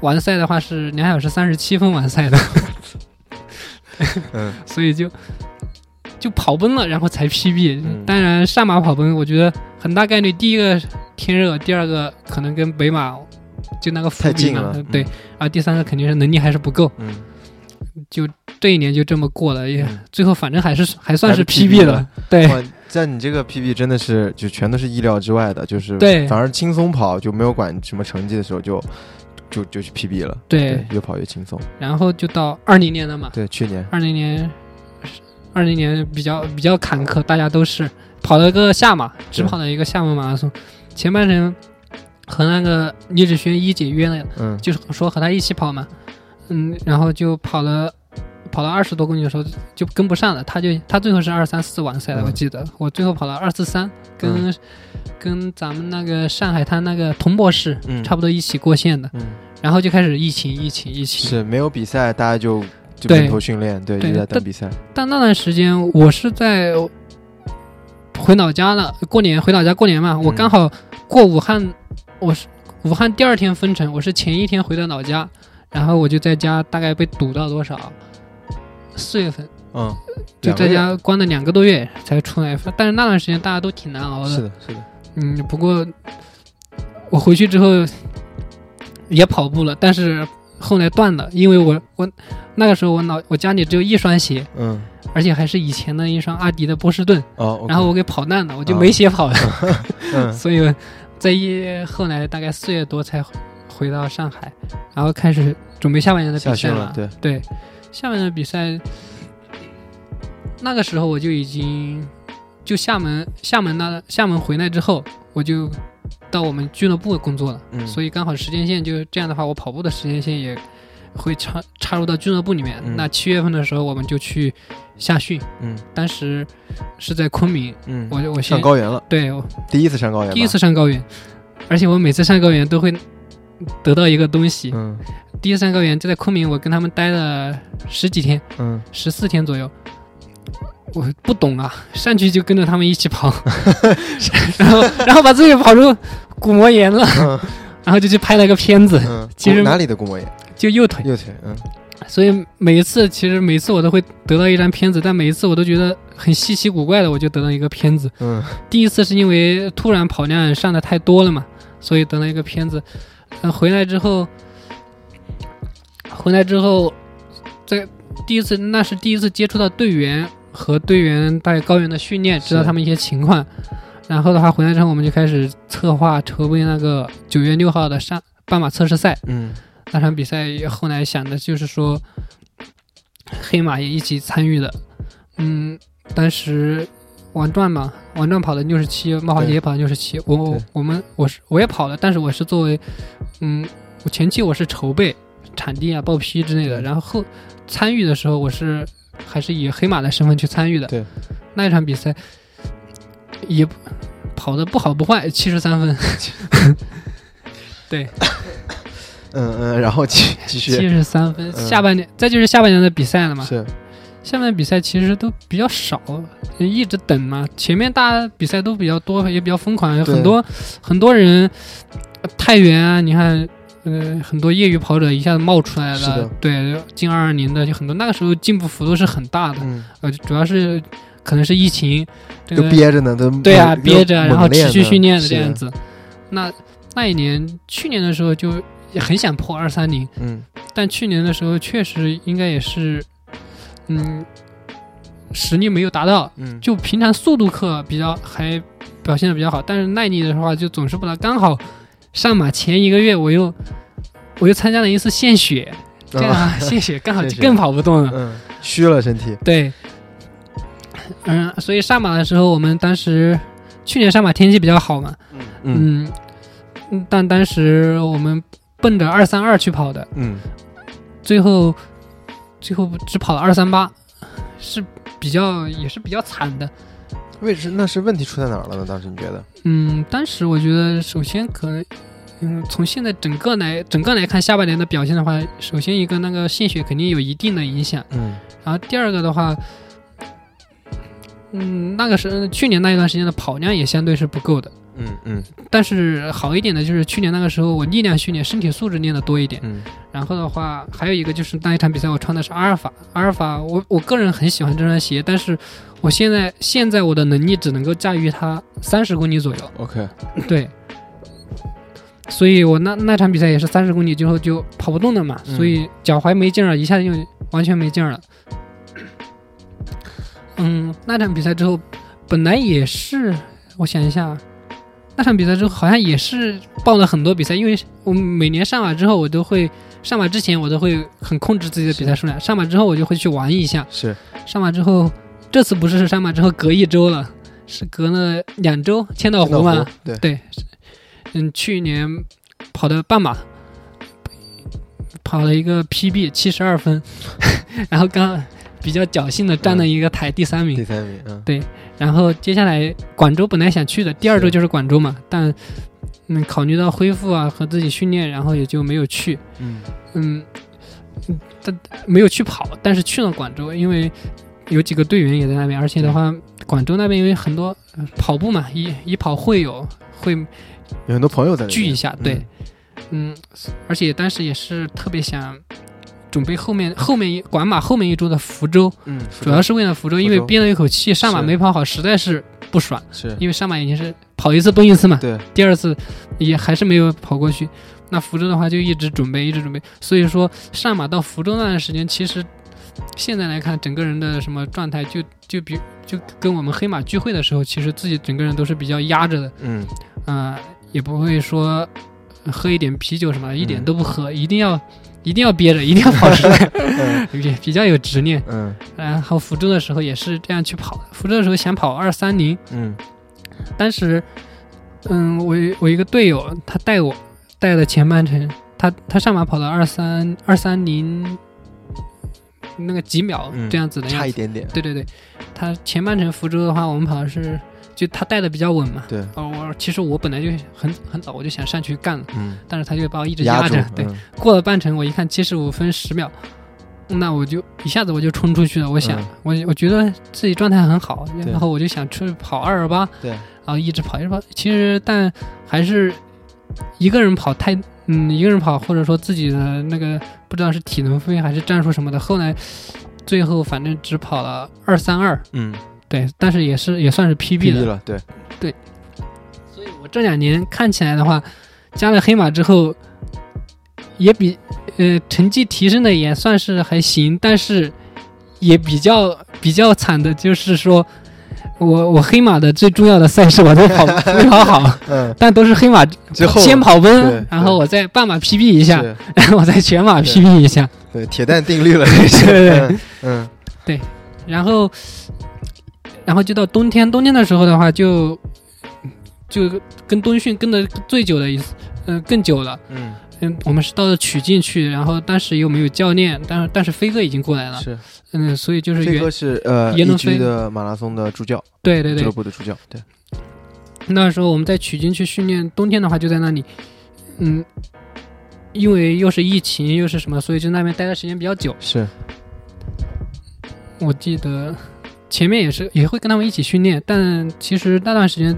完赛的话是两小时三十七分完赛的，
嗯，
所以就就跑崩了，然后才 PB
嗯。
当然上马跑崩，我觉得很大概率第一个天热，第二个可能跟北马就那个伏
太
笔
近
嘛
了，，嗯
对，，然后第三个肯定是能力还是不够。
嗯，
就这一年就这么过了，也、
嗯
最后反正还是还算
还是
PB
了
了，对
哇，在你这个 PB 真的是就全都是意料之外的，就是
对
反而轻松跑就没有管什么成绩的时候就就就去 PB 了，
对。
越跑越轻松。
然后就到二零年了嘛，
对，去年
二零年，二零年比较比较坎坷，大家都是跑了个下马，只
对
跑了一个厦门马拉松，前半程和那个李子轩一姐约了，
嗯
就是说和他一起跑嘛，嗯，然后就跑了。跑了二十多公里的时候就跟不上了，他就他最后是二三四完赛的，
嗯
我记得我最后跑了二四三，跟、跟咱们那个上海滩那个铜博士
嗯
差不多一起过线的，
嗯，
然后就开始疫情疫情疫情，
是没有比赛，大家就就
对
闷头训练，对，一
对
直在
但
等比赛。
但那段时间我是在回老家了，过年回老家过年嘛，
嗯
我刚好过武汉，我是武汉第二天封城，我是前一天回的老家，然后我就在家大概被堵到多少？四月份
嗯，
就
两个
在
月
家关了两个多月才出来，但是那段时间大家都挺难熬
是的，是的，
嗯，不过我回去之后也跑步了，但是后来断了，因为我我那个时候我脑我家里只有一双鞋，
嗯，
而且还是以前的一双阿迪的波士顿，
哦，
然后
OK，啊
我给跑烂了，我就没鞋跑了，
嗯
所以我在一后来大概四月多才回回到上海，然后开始准备下半年的比
下
赛
训了，对，
对，厦门的比赛，那个时候我就已经就厦门厦门那厦门回来之后，我就到我们俱乐部工作了，
嗯
所以刚好时间线就这样的话，我跑步的时间线也会插插入到俱乐部里面。
嗯
那七月份的时候，我们就去夏训，
嗯
当时是在昆明，
嗯，
我我
上
先
高原了，
对我
第一次上高原吧，
第一次上高原，而且我每次上高原都会得到一个东西。
嗯，
第一次上高原就在昆明，我跟他们待了十几天。
嗯
十四天左右。我不懂啊，上去就跟着他们一起 跑，然后然后把自己跑出骨膜炎了，
嗯
然后就去拍了个片子，
嗯，
其实哎
古哪里的古摩耶？
就右腿。
右腿，嗯
所以每一次其实每一次我都会得到一张片子，但每一次我都觉得很稀奇古怪的，我就得到一个片子。
嗯
第一次是因为突然跑量上的太多了嘛，所以得了一个片子。呃，回来之后，回来之后，在第一次那是第一次接触到队员和队员在高原的训练，知道
是
他们一些情况。然后的话，回来之后我们就开始策划筹备那个九月六号的上半马测试赛。
嗯
那场比赛后来想的就是说，黑马也一起参与的。嗯，当时王壮嘛，王壮跑了六十七，冒华姐也跑了六十七，我我
对
我们我是我也跑了，但是我是作为，嗯，我前期我是筹备场地啊、报批之类的，然后后参与的时候我是还是以黑马的身份去参与的，
对，
那一场比赛也不跑的不好不坏，七十三分，对，
嗯嗯，然后继继续
七十三分，
嗯
下半年再就是下半年的比赛了嘛，
是
下面比赛其实都比较少，一直等嘛。前面大家比赛都比较多，也比较疯狂，
对
很多很多人，呃太原啊，你看，呃，很多业余跑者一下子冒出来
是的
了，对，进二二零的就很多。那个时候进步幅度是很大的，
嗯，
呃，主要是可能是疫情，这
都
个
憋着呢，都
对啊，
都
憋着啊，
猛
然后持
练
续
呢
训练的
是
这样子。那那一年，去年的时候就也很想破二三零，
嗯
但去年的时候确实应该也是，嗯，实力没有达到，
嗯，
就平常速度课比较还表现的比较好，但是耐力的话就总是不达。刚好上马前一个月我又我又参加了一次献血，这样、
啊
啊、献血刚好
献
就
血
更跑不动了。
嗯虚了身体，
对，嗯，所以上马的时候我们当时去年上马天气比较好嘛，
嗯
嗯，嗯但当时我们奔着二三二去跑的，
嗯
最后最后只跑了二三八，是比较也是比较惨的。
位置那是问题出在哪儿了呢？当时你觉得？
嗯，当时我觉得首先可能。嗯，从现在整个来整个来看下半年的表现的话，首先一个那个献血肯定有一定的影响，
嗯
然后第二个的话，嗯，那个是去年那一段时间的跑量也相对是不够的，
嗯嗯
但是好一点的就是去年那个时候我力量训练、身体素质练的多一点，
嗯
然后的话，还有一个就是那一场比赛我穿的是阿尔法，阿尔法我我个人很喜欢这双鞋，但是我现在现在我的能力只能够驾驭它三十公里左右，
，OK，
对，所以我那那场比赛也是三十公里之后就跑不动了嘛，
嗯
所以脚踝没劲儿了，一下子就完全没劲儿了。嗯，那场比赛之后，本来也是我想一下，那场比赛之后好像也是报了很多比赛，因为我每年上马之后，我都会上马之前我都会很控制自己的比赛数量，上马之后我就会去玩一下，
是
上马之后这次不是上马之后隔一周了，是隔了两周千岛湖嘛，
那对，
嗯，去年跑的半马，跑了一个 PB 七十二分， 然后刚比较侥幸的站了一个台第三名。
第三名，嗯
然后接下来广州本来想去的，第二周
是
就是广州嘛，但嗯考虑到恢复啊和自己训练，然后也就没有去。
嗯
嗯，嗯但没有去跑，但是去了广州，因为有几个队员也在那边，而且的话，广州那边因为很多呃跑步嘛，以以跑会友会
有很多朋友在里面
聚一下，
嗯
对，嗯，而且当时也是特别想准备后面后面一管马后面一周的福州，
嗯，
主要是为了福州，因为
福州
憋了一口气，上马
是
没跑好，实在是不爽，
是
因为上马已经是跑一次崩一次嘛，
对，
第二次也还是没有跑过去。那福州的话就一直准备，一直准备，所以说上马到福州那段时间，其实现在来看，整个人的什么状态就就比就跟我们黑马聚会的时候，其实自己整个人都是比较压着的。
嗯
啊，也不会说呃喝一点啤酒什么的，一点
嗯
都不喝，一定要一定要憋着，一定要跑 出来，
嗯
比比较有执 念。
嗯
然后福州的时候也是这样去跑的，福州的时候想跑二三零，
嗯
当时，嗯，我我一个队友他带我带的前半程，他他上马跑到二三二三零那个几秒、
嗯
这样子的样
差
子
一点点，
对对对，他前半程福州的话，我们跑的是就他带的比较稳嘛，
对，
哦，我其实我本来就很很早我就想上去干了，
嗯，
但是他就把我一直
压
压
住
着。，对，
嗯
过了半程，我一看七十五分十秒，那我就一下子我就冲出去了。我想，
嗯
我我觉得自己状态很好，
对
然后我就想出去跑二二八，
对，
然后一直跑一直跑。其实但还是一个人跑太。嗯，一个人跑，或者说自己的那个不知道是体能飞还是战术什么的，后来最后反正只跑了二三二，
嗯
对，但是也是也算是 PB 了
，PB，了，对，
所以我这两年看起来的话，加了黑马之后，也比呃成绩提升的也算是还行，但是也比较比较惨的，就是说我我黑马的最重要的赛事我都跑 没跑好，
嗯，
但都是黑马
最后
先跑
对
温，然后我再半马 PB 一下，
是
然后我再全马
对
PB 一下，
嗯对，铁蛋定律了，这是，
对
嗯，
然后然后就到冬天，冬天的时候的话就，就跟冬训跟的最久的一次，嗯、更久了。
嗯，
嗯，我们是到了曲靖去，然后当时又没有教练，但但是飞哥已经过来了，
是
嗯，所以就是
飞
原
哥是呃
袁
一
腾
居
飞
的马拉松的助教，
对对
俱
对
乐，部的助教，对，
那时候我们在曲靖去训练，冬天的话就在那里，嗯，因为又是疫情又是什么，所以就那边待的时间比较久。
是
我记得前面也是也会跟他们一起训练，但其实那段时间，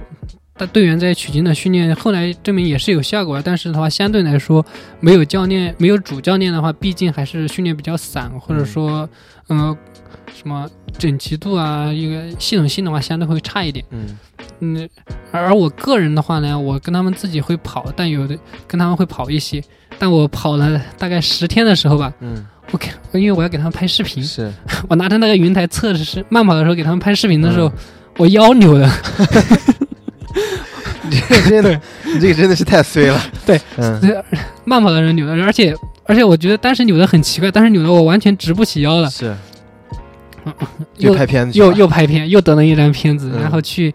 大队员在取经的训练，后来证明也是有效果的，啊但是的话，相对来说，没有教练，没有主教练的话，毕竟还是训练比较散，或者说，嗯、呃，什么整齐度啊，一个系统性的话，相对会差一点。
嗯
嗯，而我个人的话呢，我跟他们自己会跑，但有的跟他们会跑一些，但我跑了大概十天的时候吧，
嗯
我给因为我要给他们拍视频，
是
我拿着那个云台测试慢跑的时候，给他们拍视频的时候，我腰扭的。
你这个真的，你这个真的是太衰了。
对，
嗯，
慢跑的人扭的，而且而且我觉得当时扭的很奇怪，当时扭的我完全直不起腰了，
是又
又
拍片子去了，
又又拍片，又得了一张片子，
嗯
然后去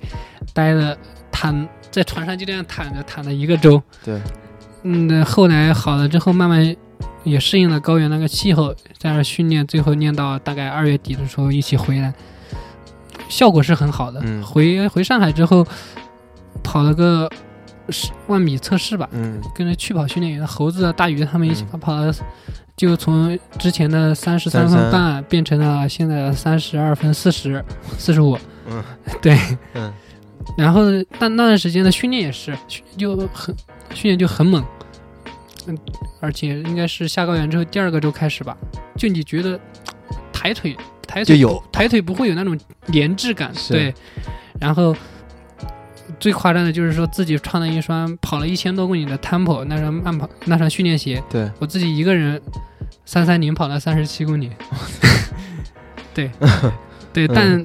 待了躺在床上就这样躺着躺了一个周。
对，
嗯，后来好了之后，慢慢也适应了高原那个气候，在那儿训练，最后练到大概二月底的时候一起回来，效果是很好的。
嗯
回回上海之后，跑了个十万米测试吧，
嗯
跟着去跑训练营的猴子、啊大鱼他们一起跑，
嗯
跑了就从之前的三十三分半变成了现在的三十二分四十、四十五。
嗯，
对，
嗯
然后但那段时间的训练也是训就很训练就很猛，嗯，而且应该是下高原之后第二个周开始吧，就你觉得抬腿抬
就
腿
有
抬腿不会有那种粘滞感，
是
对，然后。最夸张的就是说自己穿了一双跑了一千多公里的 Tempo 那双慢跑那双训练鞋，
对，
我自己一个人三三零跑了三十七公里，对对，但、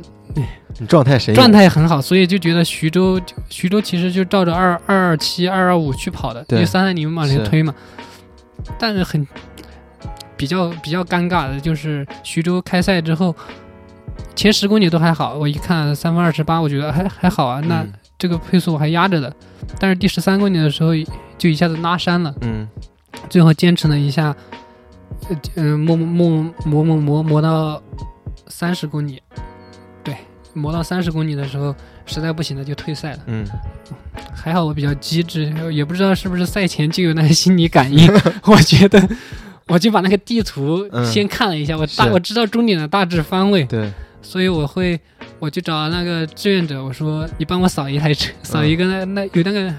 你状态谁
状态很好，所以就觉得徐州就徐州其实就照着二二二七、二二五去跑的，
对
就三三零往前
是
推嘛。但是很比较比较尴尬的就是徐州开赛之后，前十公里都还好，我一看三分二十八，我觉得还还好啊，那
嗯
这个配速我还压着的。但是第十三公里的时候就一下子拉伤了，
嗯
最后坚持了一下，呃嗯、磨磨磨磨磨磨到三十公里，对，磨到三十公里的时候，实在不行了就退赛了。
嗯，
还好我比较机智，也不知道是不是赛前就有那个心理感 应，我觉得我就把那个地图
嗯
先看了一下，我大
是
我知道终点的大致方位，
对，
所以我会。我就找那个志愿者，我说你帮我扫一台车，扫一个那、那有那个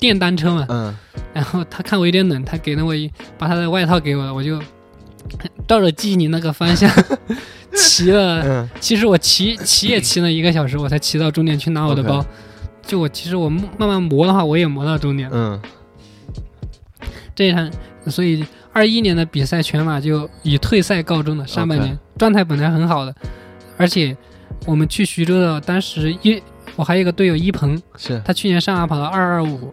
电单车嘛，
嗯
然后他看我有点冷，他给了我一把他的外套给我了，我就照着记忆里那个方向 骑了。
嗯
其实我骑骑也骑了一个小时，我才骑到终点去拿我的
OK
包。就我其实我慢慢慢磨的话，我也磨到终点。
嗯，
这一场，所以二一年的比赛全马就以退赛告终了。上半年状态本来很好的，而且我们去徐州的当时一我还有一个队友一鹏，
是
他去年上海跑了二二五、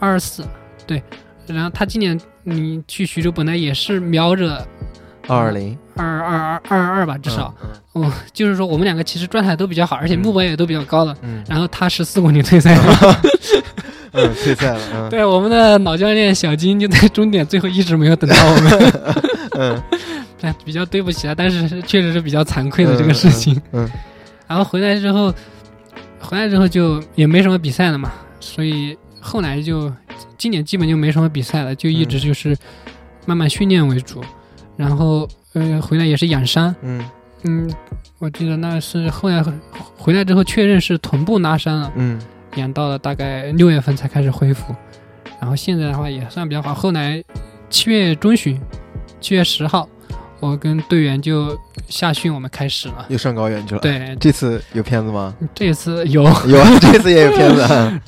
二二四，对。然后他今年你去徐州本来也是瞄着
二二零，
二二二二二吧，至少、哦
嗯
就是说我们两个其实状态都比较好，而且目标也都比较高了。
嗯
然后他十四公里退赛了，
嗯，退赛了，嗯
对我们的老教练小金就在终点，最后一直没有等到我 们，
嗯
对哎比较对不起他，啊但是是确实是比较惭愧的这个事情。
嗯
然后回来之后，回来之后就也没什么比赛了嘛，所以后来就今年基本就没什么比赛了，就一
嗯
直就是慢慢训练为主，然后呃回来也是养伤，
嗯
嗯，我记得那是后来回来之后确认是臀部拉伤了，
嗯
养到了大概六月份才开始恢复，然后现在的话也算比较好。后来七月中旬，七月十号，我跟队员就夏训我们开始了。
又上高原去了。，
对，
这次有片子 吗？
这次有，
有，啊，这次也有片子啊。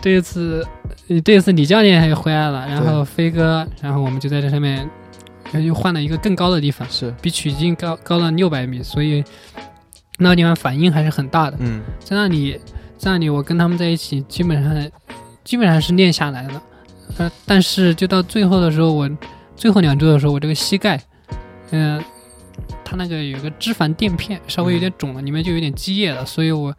这次呃这次李教练也回来了，然后飞哥，然后我们就在这上面呃又换了一个更高的地方，
是，
比曲靖高高了六百米，所以那个地方反应还是很大的。
嗯
在那里，在那里我跟他们在一起，基本上基本上是练下来了。呃，但是就到最后的时候，我最后两周的时候，我这个膝盖，嗯、它它那个有个脂肪垫片，稍微有点肿了，里面就有点积液了，所以我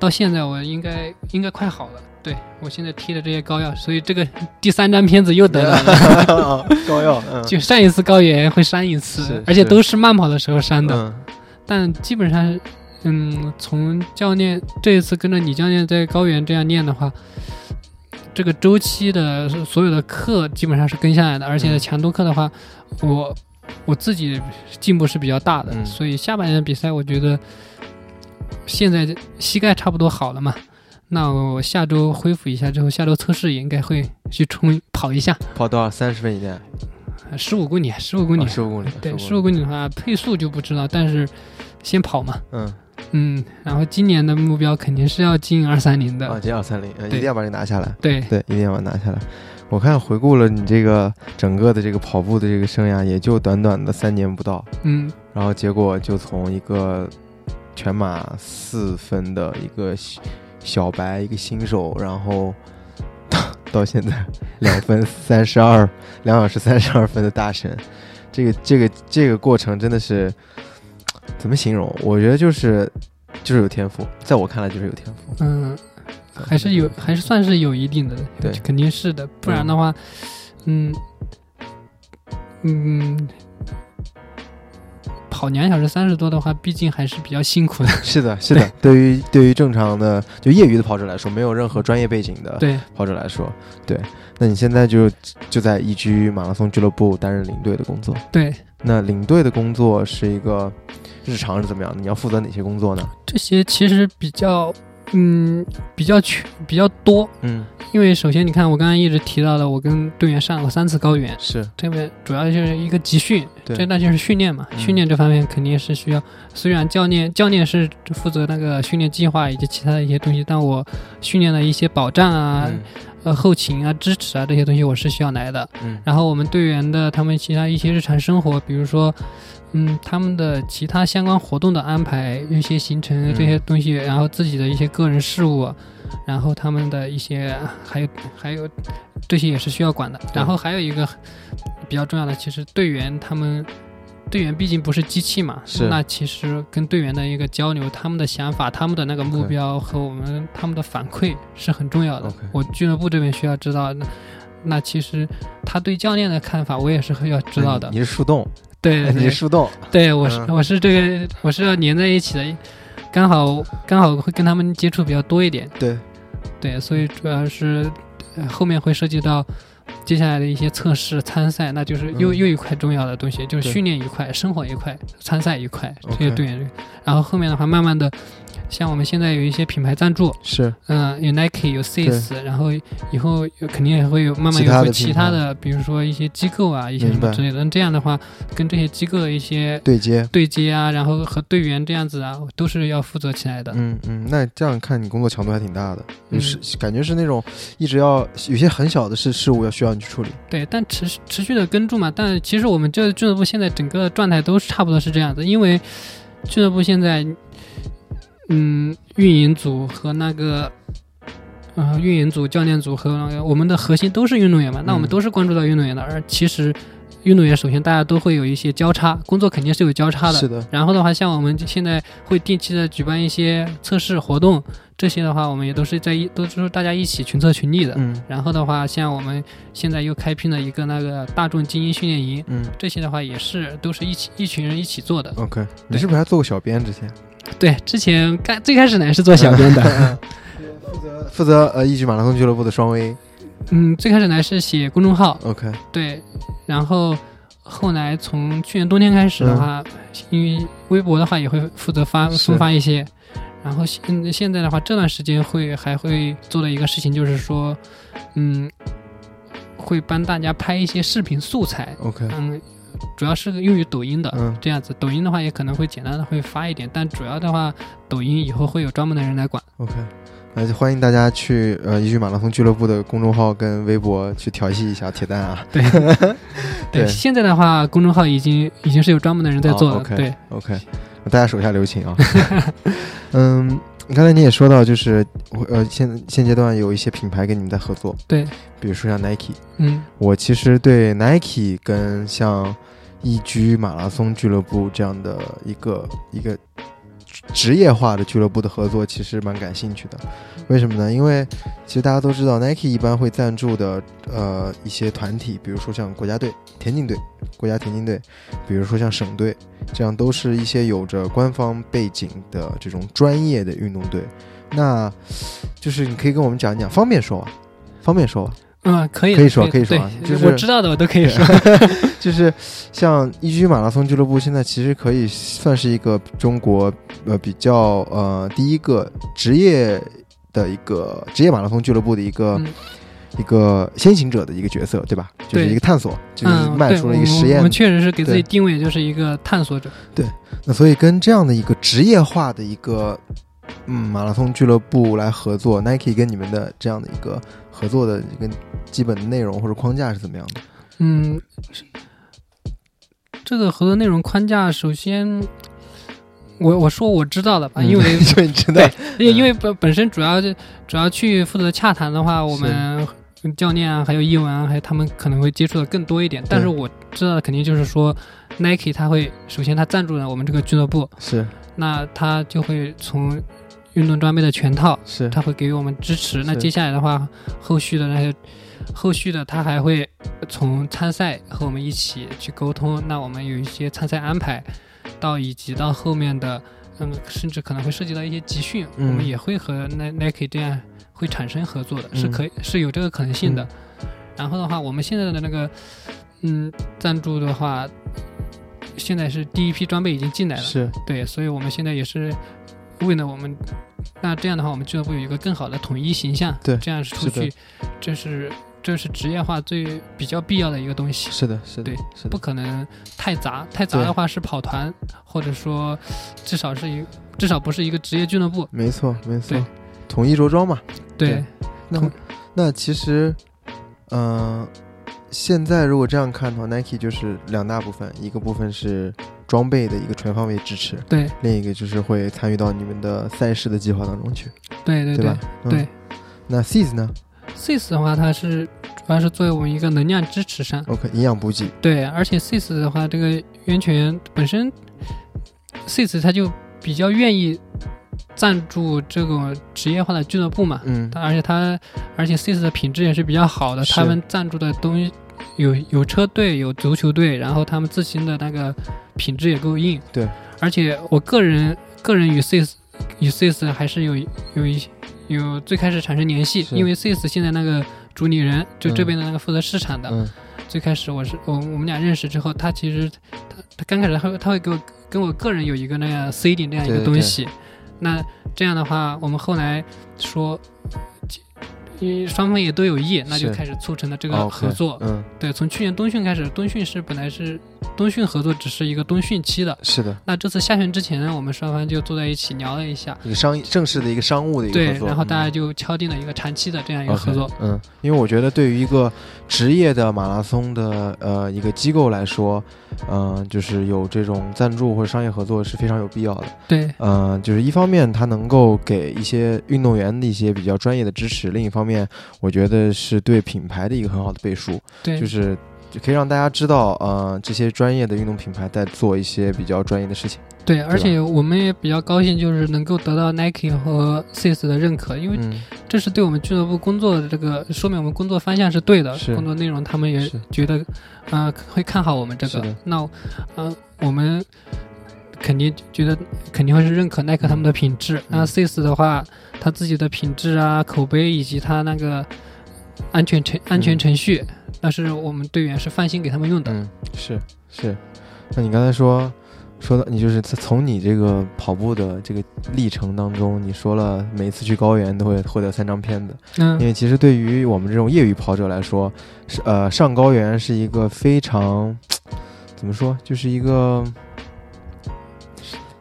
到现在我应该应该快好了。对我现在贴的这些膏药，所以这个第三张片子又 得了，
膏药，嗯
就上一次高原会伤一次
是，
而且都是慢跑的时候伤的。
嗯
但基本上，嗯，从教练这一次跟着李教练在高原这样练的话，这个周期的所有的课基本上是跟下来的，而且
嗯
强度课的话，我我自己进步是比较大的，
嗯
所以下半年的比赛我觉得现在膝盖差不多好了嘛。那我下周恢复一下之后，下周测试也应该会去冲跑一下，
跑多少？三十分以内，哦
十五公里，十五公里，
啊十五公里，
对，十
15
五公里的话配速就不知道，但是先跑嘛，
嗯，
嗯，然后今年的目标肯定是要进二三零的，
啊，这二三零，嗯一
对
定要把这个拿下来，
对，
对，一定要把它拿下来。我看回顾了你这个整个的这个跑步的这个生涯，也就短短的三年不到，
嗯，
然后结果就从一个全马四分的一个小小白，一个新手，然后到到现在两分三十二， 两小时三十二分的大神，这个这个这个过程真的是怎么形容？我觉得就是就是有天赋，在我看来就是有天赋，
嗯，还是有，还是算是有一定的，
对
肯定是的，不然的话，嗯，嗯，跑两小时三十多的话，毕竟还是比较辛苦的，
是的，是的。对于对于正常的就业余的跑者来说，没有任何专业背景的
对，
跑者来说，对。那你现在就就在 EG 马拉松俱乐部担任领队的工作。
对，
那领队的工作是一个日常是怎么样的？你要负责哪些工作呢？
这些其实比较，嗯，比较全，比较多，
嗯，
因为首先你看，我刚刚一直提到的，我跟队员上了三次高原，
是
这边主要就是一个集训，
对
这那就是训练嘛。
嗯
训练这方面肯定是需要，虽然教练教练是负责那个训练计划以及其他的一些东西，但我训练的一些保障啊、
嗯
呃后勤啊、支持啊这些东西我是需要来的。
嗯
然后我们队员的他们其他一些日常生活，比如说，嗯，他们的其他相关活动的安排、一些行程
嗯
这些东西，然后自己的一些个人事务，然后他们的一些还有还有这些也是需要管的。然后还有一个比较重要的，其实队员他们。队员毕竟不是机器嘛，
是
那其实跟队员的一个交流，他们的想法、他们的那个目
OK
标和我们他们的反馈是很重要的。
OK
我俱乐部这边需要知道，那那其实他对教练的看法，我也是要知道的
嗯你。是树洞，你是
对对
树洞，
对，我是
嗯
我是这个我是要连在一起的，刚好刚好会跟他们接触比较多一点。
对，
对，所以主要是呃后面会涉及到接下来的一些测试、参赛，那就是又、
嗯
又一块重要的东西，就是
对
训练一块、生活一块、参赛一块这
OK
些队员。然后后面的话，慢慢的，像我们现在有一些品牌赞助，
是
嗯、有 Nike，有 Sis，然后以后有肯定也会有慢慢
其他
有
的
其
品
他
牌
的，比如说一些机构啊，一些什
明
么
白
之类的。那这样的话，跟这些机构的一些
对接。
对接啊，然后和队员这样子啊，都是要负责起来的。
嗯嗯，那这样看你工作强度还挺大的，
嗯
是感觉是那种一直要有些很小的事事物要需要你去处理。
对，但持续持续的跟住嘛，但其实我们这个俱乐部现在整个状态都是差不多是这样子，因为俱乐部现在，嗯，运营组和那个，呃，运营组、教练组和那个我们的核心都是运动员嘛，那我们
嗯
都是关注到运动员的，而其实运动员首先大家都会有一些交叉，工作肯定是有交叉的，
是的，
然后的话，像我们现在会定期的举办一些测试活动，这些的话，我们也都是在一都是大家一起群策群力的。
嗯
然后的话，像我们现在又开辟了一个那个大众精英训练营，
嗯
这些的话也是都是一起一群人一起做的。
，OK，你是不是还做过小编之前？
对，之前干最开始呢是做小编的，
负责负责呃一举马拉松俱乐部的双 A。
嗯，最开始呢是写公众号，
OK，
对，然后后来从去年冬天开始的话，因为微博的话也会负责发
是
分发一些，然后现现在的话这段时间会还会做的一个事情就是说，嗯，会帮大家拍一些视频素材，
OK，
嗯，主要是用于抖音的。
嗯
这样子，抖音的话也可能会简单的会发一点，但主要的话，抖音以后会有专门的人来 管。
，OK，那就欢迎大家去呃一句马拉松俱乐部的公众号跟微博去调戏一下铁蛋 啊。对
现在的话，公众号已经已经是有专门的人在做了。
哦，OK
对，
OK，大家手下留情啊。嗯，刚才你也说到，就是呃现现阶段有一些品牌跟你们在合作，
对，
比如说像 Nike，
嗯
我其实对 Nike 跟像。一居马拉松俱乐部这样的一个一个职业化的俱乐部的合作，其实蛮感兴趣的。为什么呢？因为其实大家都知道，Nike 一般会赞助的呃一些团体，比如说像国家队、田径队、国家田径队，比如说像省队，这样都是一些有着官方背景的这种专业的运动队。那就是你可以跟我们讲一讲，方便说吗？啊方便说吧，啊
嗯，可以
可
可
以说可以说啊就是
我知道的我都可以 说。
就是像一居马拉松俱乐部，现在其实可以算是一个中国呃比较呃第一个职业的一个职业马拉松俱乐部的一个、
嗯
一个先行者的一个角色，对吧？就是
对
一个探索，就是
嗯，
迈
对，
出
我
了一个实
我
验
们确实是给自己
对
定位就是一个探索者。
那所以跟这样的一个职业化的一个嗯马拉松俱乐部来合作，Nike 跟你们的这样的一个合作的一个基本的内容或者框架是怎么样的？
嗯，是这个合作内容框架，首先我我说我知道的吧，啊
嗯
因为
就你知道，
因为因为本本身主要就主要去负责洽谈的话，我们教练啊，还有译文啊，还有他们可能会接触的更多一点。但是我知道的肯定就是说，Nike 他会首先他赞助了我们这个俱乐部，
是
那他就会从运动装备的全套，
是
他会给予我们支持。那
是
接下来的话，后续的那些，后续的他还会从参赛和我们一起去沟通。那我们有一些参赛安排，到以及到后面的，嗯，甚至可能会涉及到一些集训，
嗯
我们也会和 Ni- Nike 这样会产生合作的，
嗯
是可以是有这个可能性的。然后的话，我们现在的那个，嗯，赞助的话，现在是第一批装备已经进来了，
是
对，所以我们现在也是为了我们，那这样的话，我们俱乐部有一个更好的统一形象，
对
这样是出
是的
去，这是这是职业化最比较必要的一个东西，
是的是的
对
是
不
的
可能太杂，太杂
对
的话是跑团，或者说至少是一至少不是一个职业俱乐部，
没错没错
对，
统一着装嘛。
对
对那
同
那其实，嗯、现在如果这样看的话，Nike 就是两大部分，一个部分是装备的一个全方位支持，
对
另一个就是会参与到你们的赛事的计划当中去，
对对
吧？嗯、
对。
那 Seas 呢
SIS 的话，它是主要是作为我们一个能量支持商，
？OK，营养补给，
对，而且 SIS 的话，这个源泉本身，SIS 他就比较愿意赞助这种职业化的俱乐部嘛，
嗯
它而且他，而且 SIS 的品质也是比较好的，
是
他们赞助的东西有有车队，有足球队，然后他们自身的那个品质也够硬。
对，
而且我个人个人与 SIS 与 SIS 还是有有一有最开始产生联系，
是
因为 SIS 现在那个主理人就
嗯
这边的那个负责市场的。
嗯
最开始我是我我们俩认识之后，他其实他他刚开始他会他会给我跟我个人有一个那个 C 点这样一
对
个
对
东西，那这样的话，我们后来说，因为双方也都有意，那就是开始促成了这
这
个合作。
嗯，
对，从去年冬训开始，冬训是本来是冬训合作只是一个冬训期的，
是的，
那这次下训之前呢，我们双方就坐在一起聊了一下，
一个商正式的一个商务的一个
对
合，作，
然后
嗯
大家就敲定了一个长期的这样一个
OK，
合作。
嗯，因为我觉得对于一个职业的马拉松的呃一个机构来说，嗯、就是有这种赞助或者商业合作是非常有必要的。
对
嗯、就是一方面它能够给一些运动员的一些比较专业的支持，另一方面我觉得是对品牌的一个很好的背书，
对，
就是就可以让大家知道，呃，这些专业的运动品牌在做一些比较专业的事情。
对，而
吧
且我们也比较高兴，就是能够得到 Nike 和 SIS 的认可，因为
嗯，
这是对我们俱乐部工作的这个说明，我们工作方向是对的，
是
工作内容他们也
是
觉得，呃，会看好我们这
是的
个。那，呃，我们肯定觉得肯定会是认可耐克他们的品质。
嗯
那 SIS 的话，他自己的品质啊、口碑以及他那个安全程安全
嗯
程序，那是我们队员是放心给他们用的。
嗯，是是。那你刚才说说到你就是从你这个跑步的这个历程当中，你说了每次去高原都会获得三张片子，
嗯
因为其实对于我们这种业余跑者来说，是呃上高原是一个非常怎么说，就是一个。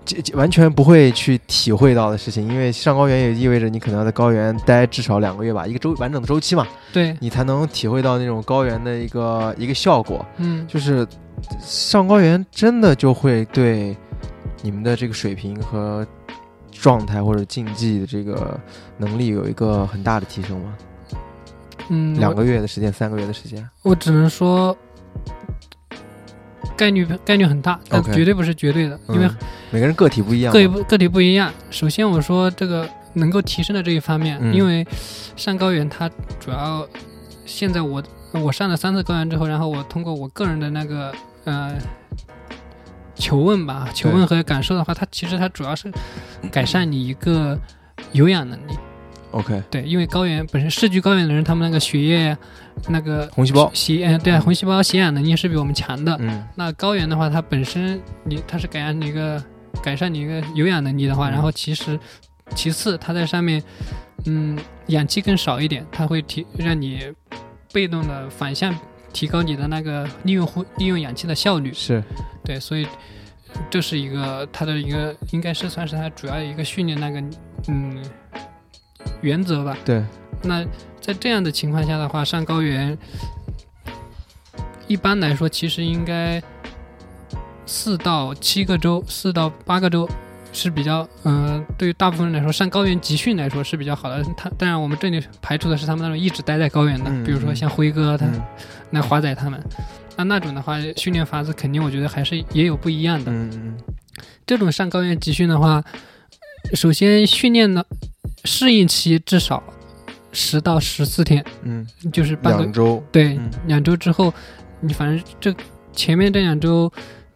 这这完全不会去体会到的事情，因为上高原也意味着你可能要在高原待至少两个月吧，一个周完整的周期嘛，
对，
你才能体会到那种高原的一个一个效果。
嗯，
就是上高原真的就会对你们的这个水平和状态或者竞技的这个能力有一个很大的提升吗？
嗯，
两个月的时间，三个月的时间，
我只能说，概率概率很大，但
OK
绝对不是绝对的，因为
嗯每个人个体不一样嘛，
个不个体不一样。首先我说这个能够提升的这一方面，
嗯
因为上高原它主要现在我我上了三次高原之后，然后我通过我个人的那个呃求问吧，求问和感受的话，它其实它主要是改善你一个有氧能力。
OK，
对，因为高原本身市区高原的人，他们那个血液啊那个
红细胞
吸嗯对啊红细胞吸氧能力是比我们强的。
嗯
那高原的话，它本身你它是改善你一个改善你一个有氧能力的
嗯
话，然后其实其次它在上面，嗯，氧气更少一点，它会提让你被动的反向提高你的那个利用呼利用氧气的效率。
是
对，所以这是一个它的一个应该是算是它主要一个训练那个嗯原则吧。
对，
那在这样的情况下的话，上高原一般来说其实应该四到七个周，四到八个周。是比较，嗯、对于大部分人来说，上高原集训来说是比较好的。他当然，我们这里排除的是他们那种一直待在高原的，
嗯
比如说
嗯
像辉哥他，
嗯
那华仔他们，那那种的话，训练法子肯定我觉得还是也有不一样的。
嗯嗯
这种上高原集训的话，首先训练的适应期至少十到十四天，
嗯，
就是半个
两周，
对、
嗯
两周之后，你反正这前面这两周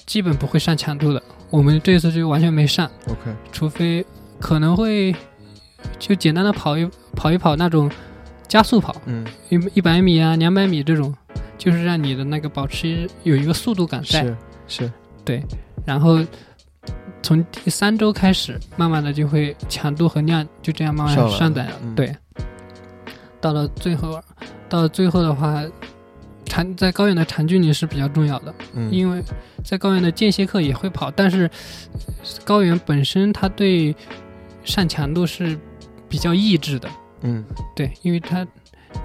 基本不会上强度的。我们这次就完全没上，
OK，
除非可能会就简单的跑一跑一跑那种加速跑，
嗯
一一百米啊、两百米这种，就是让你的那个保持有一个速度感在。
是是
然后从第三周开始，慢慢的就会强度和量就这样慢
上来
慢
了
上涨了。
嗯
对，到了最后，到了最后的话，长在高原的长距离是比较重要的，
嗯
因为在高原的间歇课也会跑，但是高原本身它对上强度是比较抑制的。
嗯
对，因为它，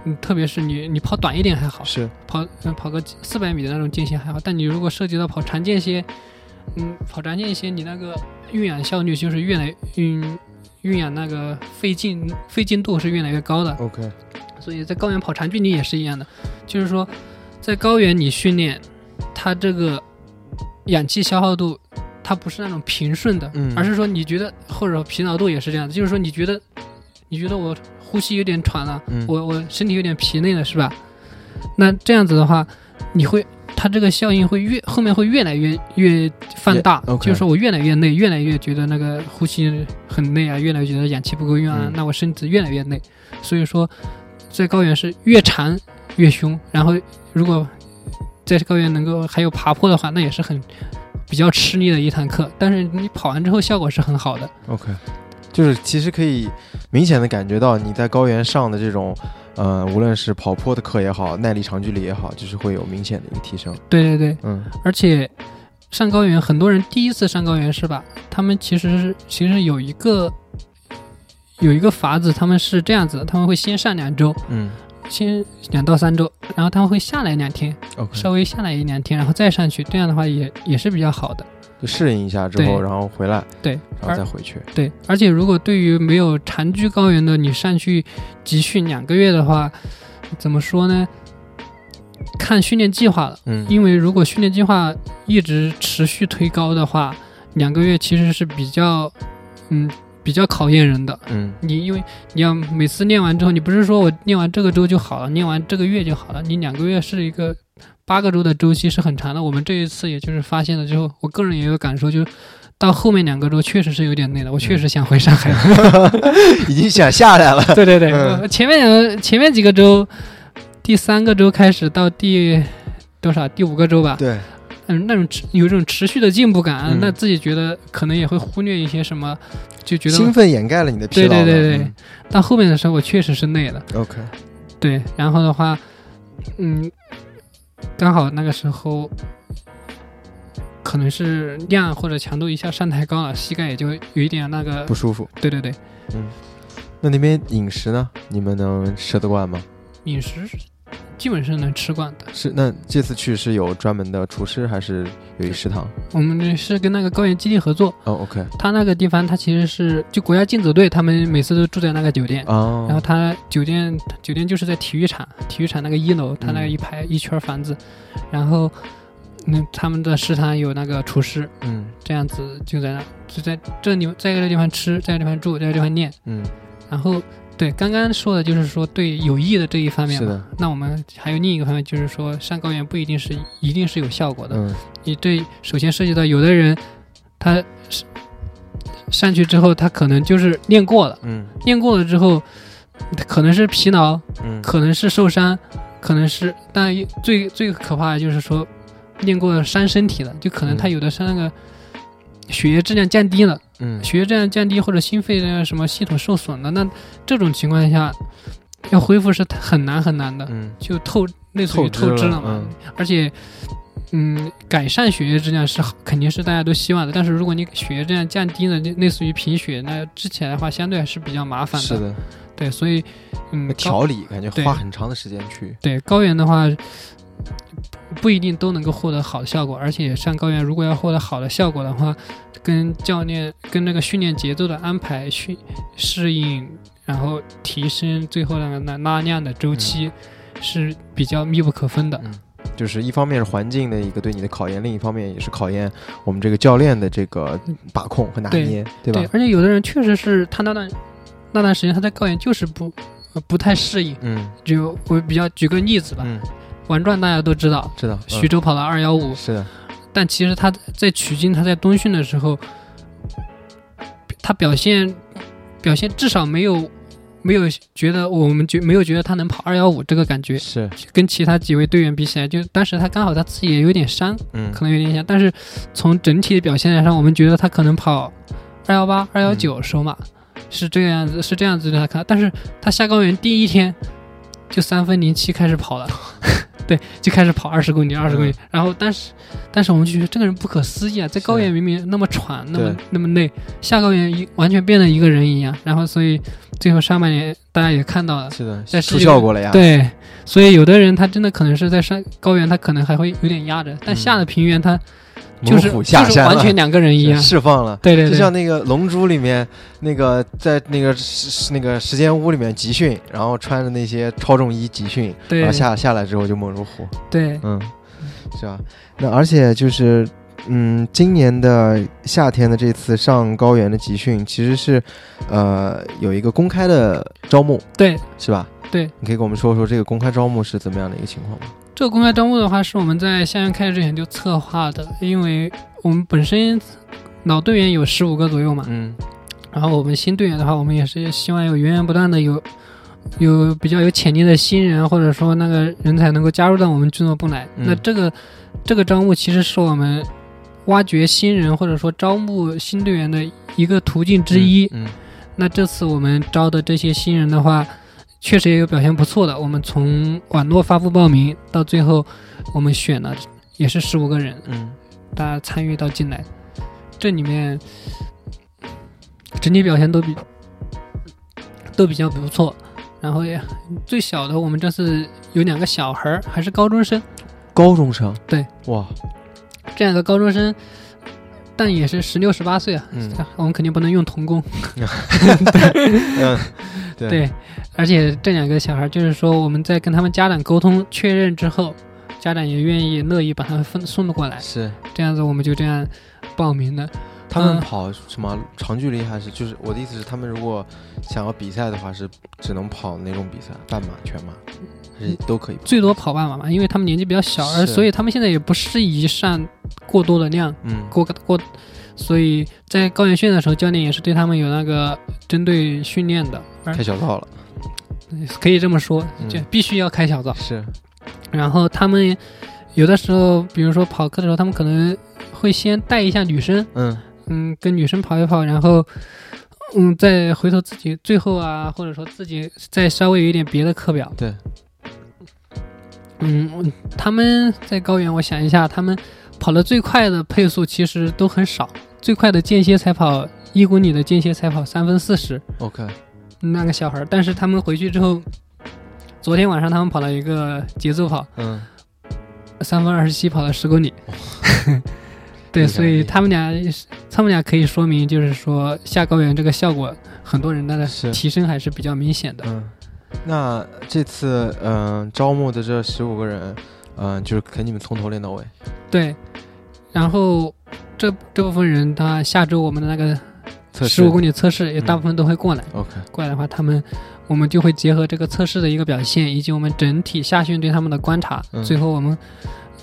嗯，特别是你你跑短一点还好，
是
跑嗯跑个四百米的那种间歇还好，但你如果涉及到跑长间歇，嗯，跑长间歇你那个运氧效率就是越来运运氧那个费劲费劲度是越来越高的，
OK，
所以在高原跑长距离也是一样的，就是说在高原你训练，它这个氧气消耗度。它不是那种平顺的，
嗯
而是说你觉得或者疲劳度也是这样的，就是说你觉得你觉得我呼吸有点喘了，
嗯
我我身体有点疲累了，是吧？那这样子的话，你会它这个效应会越后面会越来越越放大
OK
就是说我越来越累，越来越觉得那个呼吸很累啊，越来越觉得氧气不够用啊，
嗯
那我身子越来越累。所以说，在高原是越长越凶，然后如果在高原能够还有爬坡的话，那也是很比较吃力的一堂课。但是你跑完之后效果是很好的，
OK，就是其实可以明显的感觉到你在高原上的这种，呃，无论是跑坡的课也好，耐力长距离也好，就是会有明显的一个提升。
对对对。
嗯
而且上高原，很多人第一次上高原是吧？他们其实是其实有一个有一个法子，他们是这样子的，他们会先上两周，
嗯
先两到三周，然后他们会下来两天，
，OK，
稍微下来一两天，然后再上去，这样的话也也是比较好的。
就适应一下之后，
对
然后回来，
对，
然后
而
再回去。
对，而且如果对于没有长居高原的你上去集训两个月的话，怎么说呢？看训练计划了。
嗯，
因为如果训练计划一直持续推高的话，两个月其实是比较，嗯，比较考验人的。
嗯
你因为你要每次练完之后，你不是说我练完这个周就好了，练完这个月就好了，你两个月是一个八个周的周期是很长的。我们这一次也就是发现了之后，我个人也有感受，就是到后面两个周确实是有点累了，我确实想回上海了。
已经想下来了。
对对对，
嗯
我前面两个前面几个周，第三个周开始到第多少第五个周吧，
对，
嗯，那种持有一种持续的进步感，
嗯
那自己觉得可能也会忽略一些什么，就觉
兴
得
奋掩盖了你的疲劳了。
对对对对到后面的时候我确实是累了，
嗯，OK，
对，然后的话，嗯，刚好那个时候可能是量或者强度一下上抬高了，膝盖也就有一点那个
不，舒服。
对对对，
那那边饮食呢？你们能吃得惯吗？
饮食是基本是能吃惯的，
是，那这次去是有专门的厨师，还是有一食堂？
我们这是跟那个高原基地合作，
哦，OK，
他那个地方他其实是就国家竞走队，他们每次都住在那个酒店，
哦，
然后他酒店酒店就是在体育场，体育场那个一楼，他那个一排一圈房子，然后那他们的食堂有那个厨师，
嗯
这样子就在那就在这里在这个地方吃，在这个地方住，在这个地方练。
嗯，
然后对刚刚说的就是说对有益的这一方面
是
嘛，
的，
那我们还有另一个方面就是说上高原不一定是一定是有效果的，
嗯
你对，首先涉及到有的人，他是上去之后，他可能就是练过了，
嗯
练过了之后，他可能是疲劳，
嗯，
可能是受伤，可能是，但最最可怕的就是说，练过了伤身体了，就可能他
嗯
有的是那个血液质量降低了，
嗯
血液质量降低或者心肺那个什么系统受损了，那这种情况下，要恢复是很难很难的，
嗯
就透类似
透
于
支
透支
了
了嘛。
嗯
而且，嗯，改善血液质量是好肯定是大家都希望的，但是如果你血液质量降低了，就类似于贫血，那之前的话相对还是比较麻烦
是
的。
的，
对，所以，嗯，高
调理感觉
对
花很长的时间去，
对高原的话。不一定都能够获得好的效果，而且上高原如果要获得好的效果的话，跟教练、跟那个训练节奏的安排、训适应，然后提升最后那个那拉量的
嗯
周期，是比较密不可分的。
就是一方面是环境的一个对你的考验，另一方面也是考验我们这个教练的这个把控和拿
嗯对
捏，对吧？
而且有的人确实是他那段那段时间他在高原就是不、呃不太适应。
嗯
就我比较举个例子吧，
嗯，
王壮大家都知道，
知道，嗯嗯
徐州跑了二幺五，
是的，
但其实他在取经，他在冬训的时候，他表现表现至少没有没有觉得我们觉没有觉得他能跑二幺五这个感觉，
是，
跟其他几位队员比起来，就当时他刚好他自己也有点伤，
嗯
可能有点像，但是从整体的表现来上，我们觉得他可能跑二幺八、二幺九
嗯
收马、是这个样子，是这样子对他看。但是他下高原第一天就三分零七开始跑了， 对，就开始跑二十公里、二十公里。
嗯
然后当时，当时我们就觉得这个人不可思议啊，在高原明明那么喘，那么
对
那么累，下高原一完全变得一个人一样。然后所以最后上半年大家也看到了，
是的，
在
出
世界
效果了呀，，
对，所以有的人他真的可能是在山高原，他可能还会有点压着，
嗯
但下了平原他就是、
猛虎
就
下
是
山了
完全两个人一样。
释放了。
对对
就
对，
像那个《龙珠》里面，那个在那个是那个时间屋里面集训，然后穿着那些超重衣集训，然
对
后下下来之后就猛如虎，
对
嗯，是吧？那而且就是，嗯，今年的夏天的这次上高原的集训，其实是，呃，有一个公开的招募，
对，
是吧？
对，
你可以跟我们说说这个公开招募是怎么样的一个情况吗？
这个公开招募的话是我们在夏运开始之前就策划的，因为我们本身老队员有十五个左右嘛，
嗯
然后我们新队员的话，我们也是希望有源源不断的有。有比较有潜力的新人，或者说那个人才能够加入到我们俱乐部来。
嗯
那这个这个招募其实是我们挖掘新人或者说招募新队员的一个途径之一。
嗯
那这次我们招的这些新人的话，确实也有表现不错的。我们从网络发布报名到最后，我们选了也是十五个人，
嗯
大家参与到进来，这里面整体表现都比都比较不错。然后也最小的，我们这次有两个小孩儿，还是高中生，
高中生，
对，
哇，
这两个高中生，但也是十六十八岁啊。
嗯
我们肯定不能用童工，
嗯，对，
对，而且这两个小孩儿就是说，我们在跟他们家长沟通确认之后，家长也愿意乐意把他们分送过来，
是
这样子我们就这样报名的。
他们
嗯
跑什么长距离还是就是我的意思是，他们如果想要比赛的话，是只能跑哪种比赛？半马、全马，还
嗯
是都可以跑？
最多跑半马嘛，因为他们年纪比较小，而
是
所以他们现在也不适宜上过多的量，
嗯
过过，所以在高原训练的时候，教练也是对他们有那个针对训练的，而
开小灶了，
可以这么说，
嗯
就必须要开小灶。
是，
然后他们有的时候，比如说跑课的时候，他们可能会先带一下女生，
嗯
嗯，跟女生跑一跑，然后。嗯，再回头自己最后啊，或者说自己再稍微有一点别的课表，
对，
嗯，他们在高原，我想一下，他们跑的最快的配速其实都很少，最快的间歇才跑一公里的间歇才跑三分四十，
，OK，
那个小孩儿。但是他们回去之后，昨天晚上他们跑了一个节奏跑，
嗯，
三分二十七跑了十 公里。对，
厉害
所以他们俩，他们俩可以说明，就是说下高原这个效果，很多人的
是
提升还是比较明显的。
嗯，那呃这次嗯、呃招募的这十五个人，嗯、就是给你们从头练到尾，
对，然后这这部分人他下周我们的那个
测试嗯
十五公里测试也大部分都会过来，
OK，
过来的话他们我们就会结合这个测试的一个表现，以及我们整体夏训对他们的观察，
嗯
最后我们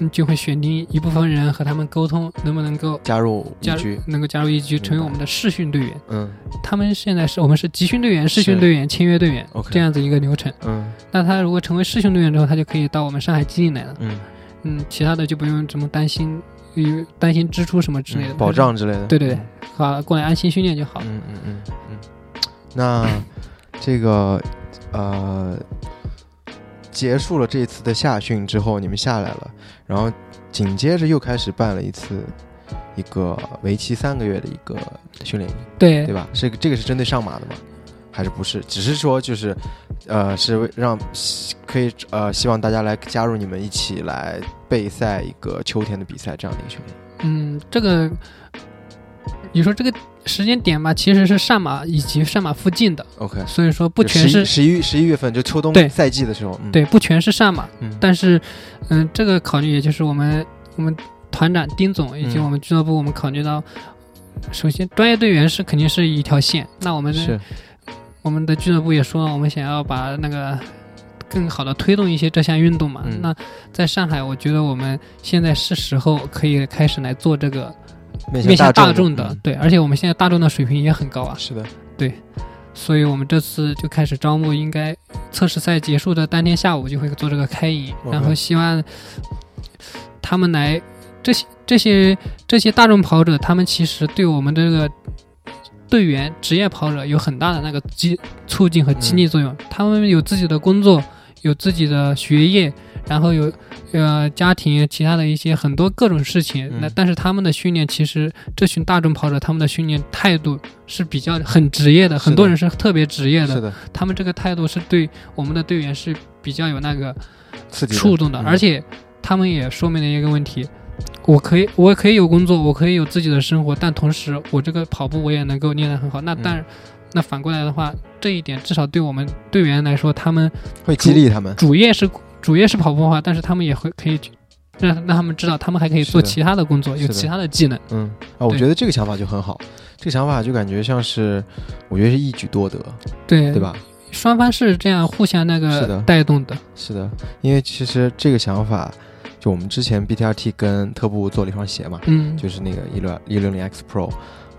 嗯就会选定一部分人和他们沟通，能不能够
加入一
加入
局，
能够加入一局
明白
成为我们的试训队员。
嗯
他们现在是我们是集训队员、试
是
训队员、签约队员
OK
这样子一个流程。
嗯
那他如果成为试训队员之后，他就可以到我们上海基地来了。
嗯，
嗯，其他的就不用怎么担心，有担心支出什么之类的、
嗯保障之类的，
对对对好，过来安心训练就好。
嗯嗯嗯嗯，那这个呃，结束了这次的夏训之后，你们下来了，然后紧接着又开始办了一次一个为期三个月的一个训练营，
对
对吧？这个这个是针对上马的吗？还是不是？只是说就是，呃，是为让希可以呃，希望大家来加入你们一起来备赛一个秋天的比赛这样的一个训练营。
嗯，这个你说这个时间点吧，其实是上马以及上马附近的，
OK，
所以说不全
十一
是
十一十一月份就秋冬
对
赛季的时候，嗯，
对，不全是上马，
嗯，
但是嗯，这个考虑也就是我们我们团长丁总以及
嗯
我们俱乐部，我们考虑到。首先，专业队员是肯定是一条线。那我们的
是
我们的俱乐部也说了，我们想要把那个更好的推动一些这项运动嘛。
嗯
那在上海，我觉得我们现在是时候可以开始来做这个面向大众嗯的，对，而且我们现在大众的水平也很高啊，
嗯是的，
所以我们这次就开始招募，应该测试赛结束的当天下午就会做这个开营，
OK
然后希望他们来这些这些这些大众跑者，他们其实对我们这个队员职业跑者有很大的那个激促进和激励作
嗯
用，他们有自己的工作，有自己的学业，然后有呃家庭其他的一些很多各种事情，
嗯
那但是他们的训练其实这群大众跑者他们的训练态度是比较很职业的，
是的
很多人是特别职业的，
是的，
他们这个态度是对我们的队员是比较有那个
刺激嗯
触动的，而
且
且他们也说明了一个问题：我可以，我可以有工作，我可以有自己的生活，但同时我这个跑步我也能够练得很好。那
嗯
但、那反过来的话，这一点至少对我们队员来说，他们
会激励他们，
主业是主业是跑步的话，但是他们也会可以去让让他们知道，他们还可以
是
做
的
其他的工作，有
是的
其他的技能。
嗯啊，我
对
觉得这个想法就很好，这个想法就感觉像是，我觉得是一举多得，
对，
对？吧？
双方是这样互相那
是的
个带动的。
是的，因为其实这个想法，就我们之前 BTRT 跟特步做了一双鞋嘛，
嗯，
就是那个一六一六零 X Pro。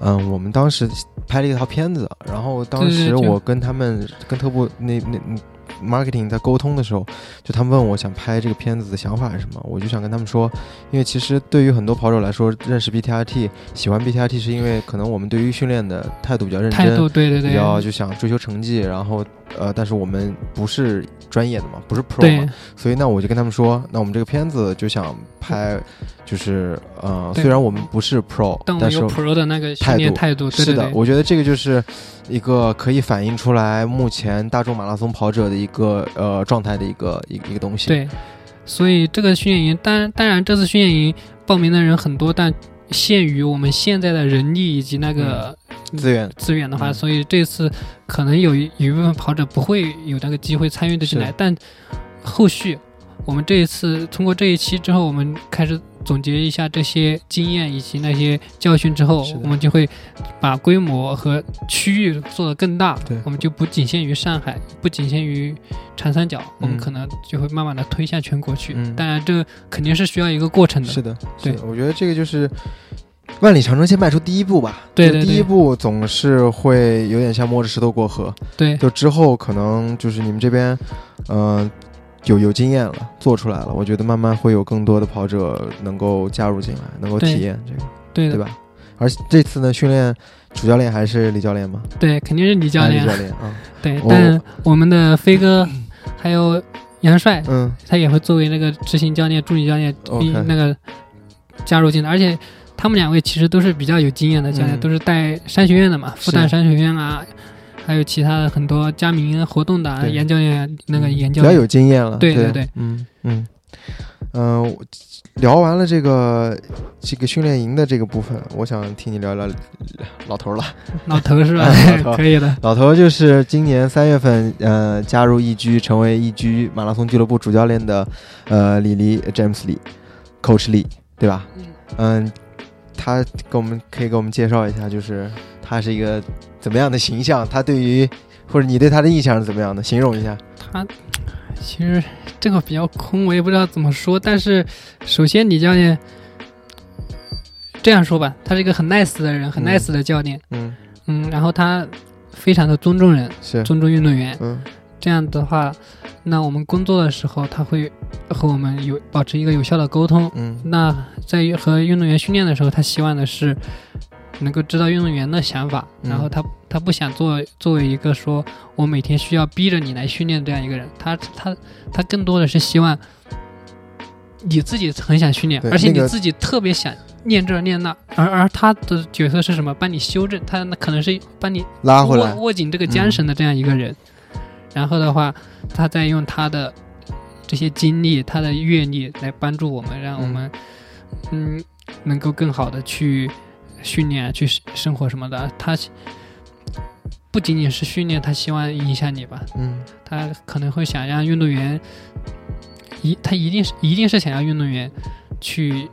嗯，我们当时拍了一套片子，然后当
对对
时
对
我跟他们跟特步那那那 marketing 在沟通的时候，就他们问我想拍这个片子的想法是什么，我就想跟他们说，因为其实对于很多跑者来说，认识 BTRT、喜欢 BTRT 是因为可能我们对于训练的态度比较认
态度，
真，
对对
比
对，
较就想追求成绩，然后呃，但是我们不是专业的嘛，不是 pro 嘛
对，
所以那我就跟他们说，那我们这个片子就想拍，就是呃，
对
虽然我们不是 pro，
但
但
我们
是
有 pro 的那个训练态度，对
是
对
的，
对，
我觉得这个就是一个可以反映出来目前大众马拉松跑者的一个呃状态的一个一个一个东西。，
对，所以这个训练营，当然当然这次训练营报名的人很多，但限于我们现在的人力以及那
嗯
个
资源
资源的话，
嗯
所以这次可能有一有一部分跑者不会有那个机会参与的进来
是，
但后续我们这一次通过这一期之后，我们开始总结一下这些经验以及那些教训之后
是的，
我们就会把规模和区域做得更大
对，
我们就不仅限于上海，不仅限于长三角，我们可能就会慢慢的推向全国去。
嗯
当然，这肯定是需要一个过程的。
是的，
嗯对
是的我觉得这个就是。万里长征先迈出第一步吧，
对
就
对
第一
对
步总是会有点像摸着石头过河，
对
就之后可能就是你们这边，嗯、有有经验了，做出来了，我觉得慢慢会有更多的跑者能够加入进来，能够
对
体验这个，
对
对
的，
吧？而这次呢，训练主教练还是李教练吗？
对，肯定是李教
还是
练
李。教练 啊，
对
我，
但我们的飞哥还有杨帅，
嗯
他也会作为那个执行教练、助理教练，
OK
那个加入进来，而且。他们两位其实都是比较有经验的教练，
嗯
都是带商学院的嘛，
是
复旦商学院啊，还有其他的很多加名啊活动的啊
对
严教练啊，那个
嗯
严
比
教
较
练
有经验了，
对
对
对对，
嗯嗯嗯、呃我聊完了这个这个训练营的这个部分，我想听你聊聊老头了。
老头是吧
老？头
可以的，
老头就是今年三月份，呃，加入易居，成 E 为易居马拉松俱乐部主教练的，呃，李黎 James 呃李，Coach 李，对吧？
嗯
嗯，他给我们可以给我们介绍一下，就是他是一个怎么样的形象？他对于或者你对他的印象是怎么样的？形容一下。
他其实这个比较空，我也不知道怎么说。但是首先李教练这样说吧，他是一个很 nice 的人，很
嗯
nice 的教练，
嗯，
嗯，然后他非常的尊重人，
是，
尊重运动员。
嗯
这样的话，那我们工作的时候，他会和我们有保持一个有效的沟通。
嗯
那在于和运动员训练的时候，他希望的是能够知道运动员的想法，
嗯
然后他他不想做作为一个说我每天需要逼着你来训练这样一个人，他他他更多的是希望你自己很想训练，
对
而且
那
你
个
自己特别想练这练那，而而他的角色是什么？帮你修正，他可能是帮你
拉回来
握。握紧这个缰绳的这样
嗯
一个人。然后的话，他再用他的这些经历、他的阅历来帮助我们，让我们嗯能够更好的去训练啊、去生生活什么的。他不仅仅是训练，他希望影响你吧，
嗯
他可能会想让运动员一他一定是一定是想让运动员去。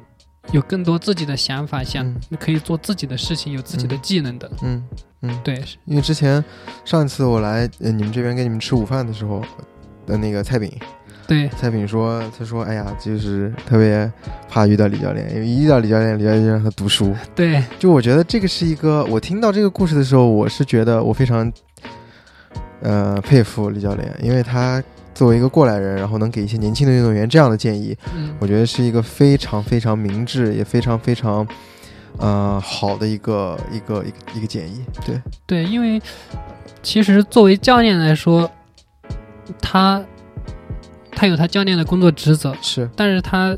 有更多自己的想法，想
嗯
可以做自己的事情，有自己的
嗯
技能的，
嗯嗯，
对，是
因为之前上一次我来呃你们这边跟你们吃午饭的时候，的那个菜饼，
对，
蔡炳说：“他说，哎呀，就是特别怕遇到李教练，因为一遇到李教练，李教练就让他读 书。
对，
就我觉得这个是一个，我听到这个故事的时候，我是觉得我非常，呃，佩服李教练，因为他作为一个过来人，然后能给一些年轻的运动员这样的建议，
嗯，
我觉得是一个非常非常明智，也非常非常，呃，好的一个一个一个一个建议。对，
对，因为其实作为教练来说，他他有他教练的工作职责，
是，
但是他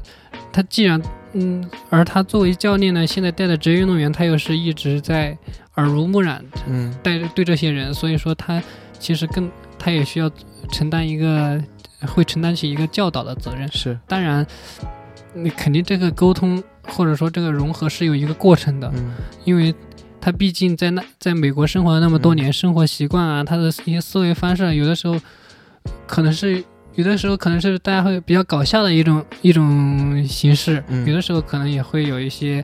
他既然嗯，而他作为教练呢，现在带的职业运动员，他又是一直在耳濡目染，
嗯
带着对这些人，所以说他其实更他也需要承担一个呃会承担起一个教导的责任。
是，
当然，你肯定这个沟通或者说这个融合是有一个过程的，
嗯
因为他毕竟在那在美国生活了那么多
嗯
年，生活习惯啊，他的一些思维方式啊，有的时候可能是有的时候可能是大家会比较搞笑的一种一种形式，
嗯
有的时候可能也会有一些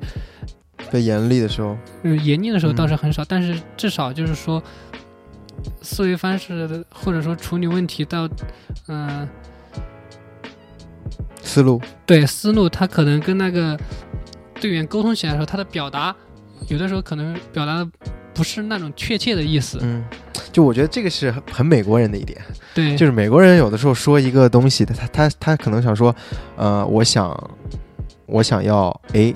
被严厉的时候，
呃严厉的时候
嗯
倒是很少，但是至少就是说思维方式的或者说处理问题到嗯、呃
思路，
对思路，他可能跟那个队员沟通起来的时候，他的表达有的时候可能表达的不是那种确切的意思，
嗯，就我觉得这个是很很美国人的一点。”
对，
就是美国人有的时候说一个东西，他他他他可能想说，呃，我想我想要 A，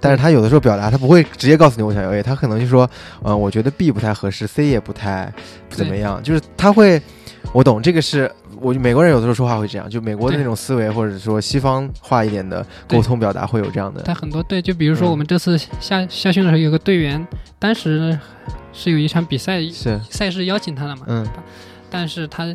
但是他有的时候表达他不会直接告诉你我想要 A，他可能就说，呃，我觉得 B 不太合适，C 也不太不怎么样，就是他会，我懂这个是。我美国人有的时候说话会这样，就美国的
对
那种思维，或者说西方化一点的沟通表达会有这样的
他很多队，就比如说
嗯
我们这次下下训的时候，有个队员，当时是有一场比赛
是，
赛事邀请他了嘛，
嗯
但是他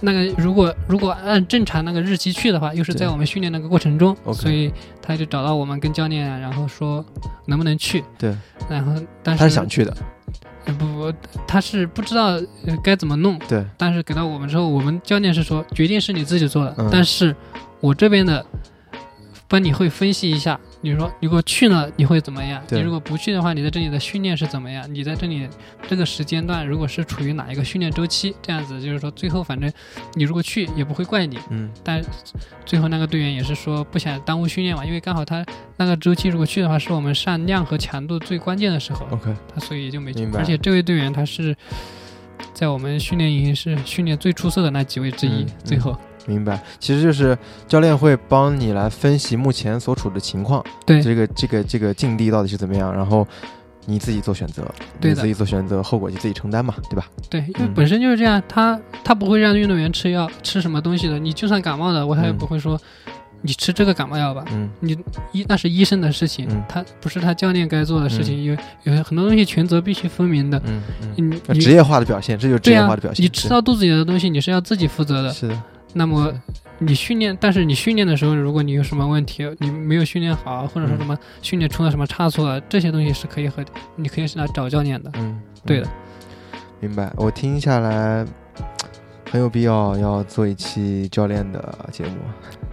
那个如果如果按正常那个日期去的话，又是在
对
我们训练那个过程中，
嗯 OK
所以他就找到我们跟教练啊，然后说能不能去，
对，
然后但是
他是想去的，
呃不不，他是不知道呃该怎么弄，
对，
但是给到我们之后，我们教练是说决定是你自己做的，
嗯
但是我这边的帮你会分析一下，你说如果去了你会怎么样？
对
你如果不去的话，你在这里的训练是怎么样？你在这里这个时间段如果是处于哪一个训练周期？这样子就是说，最后反正你如果去也不会怪你。
嗯
但最后那个队员也是说不想耽误训练嘛，因为刚好他那个周期如果去的话，是我们上量和强度最关键的时候。
，OK，
他所以也就没去
明。白
而且这位队员他是在我们训练营是训练最出色的那几位之一，
嗯
最后、
明白，其实就是教练会帮你来分析目前所处的情况，
对
这个这个这个境地到底是怎么样，然后你自己做选择，
对
你
的
自己做选择，后果就自己承担嘛，对吧？
对，因为
嗯
本身就是这样，他他不会让运动员吃药吃什么东西的，你就算感冒了，我他也
嗯
不会说、你吃这个感冒药吧。
嗯
你医那是医生的事情，
嗯
他不是他教练该做的事情，有有很多东西权责必须分明的。
嗯嗯，
你
那
你
职业化的表现，这就是职
对
业
呀、
化的表现。
你吃到肚子里的东西你是要自己负责
是
的。
是的，
那么
是
你训练，但是你训练的时候，如果你有什么问题，你没有训练好，或者说
嗯
什么训练出了什么差错，啊这些东西是可以和你可以是来找教练的。
嗯，
对的，
明白。我听下来，很有必要要做一期教练的节目。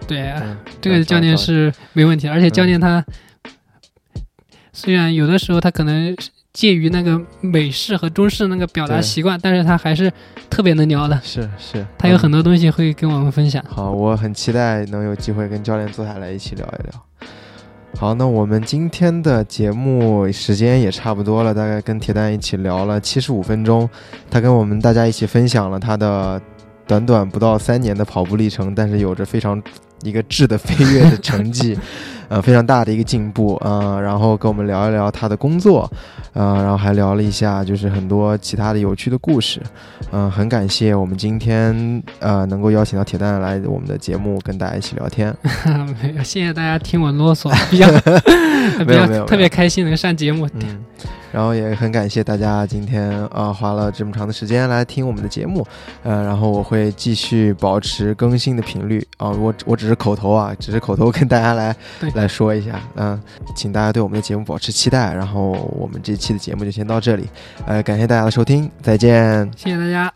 对啊，
嗯
这个教练是没问题，而且教练他虽然有的时候他可能介于那个美式和中式那个表达
对
习惯，但是他还是特别能聊的，
是是，
他有
嗯
很多东西会跟我们分享。
好，我很期待能有机会跟教练坐下来一起聊一聊。好，那我们今天的节目时间也差不多了，大概跟铁蛋一起聊了七十五分钟，他跟我们大家一起分享了他的短短不到三年的跑步历程，但是有着非常一个质的飞跃的成绩，呃，非常大的一个进步啊、呃然后跟我们聊一聊他的工作，呃，然后还聊了一下就是很多其他的有趣的故事。嗯，很感谢我们今天呃能够邀请到铁蛋来我们的节目跟大家一起聊天。
没有，谢谢大家听我啰嗦，比较 比
没有没有
较特别开心能上节目。
嗯，然后也很感谢大家今天呃花了这么长的时间来听我们的节目，呃，然后我会继续保持更新的频率啊、我我只是口头啊，只是口头跟大家来
对
来说一下，嗯、请大家对我们的节目保持期待。然后我们这期的节目就先到这里，呃，感谢大家的收听，再见。
谢谢大家。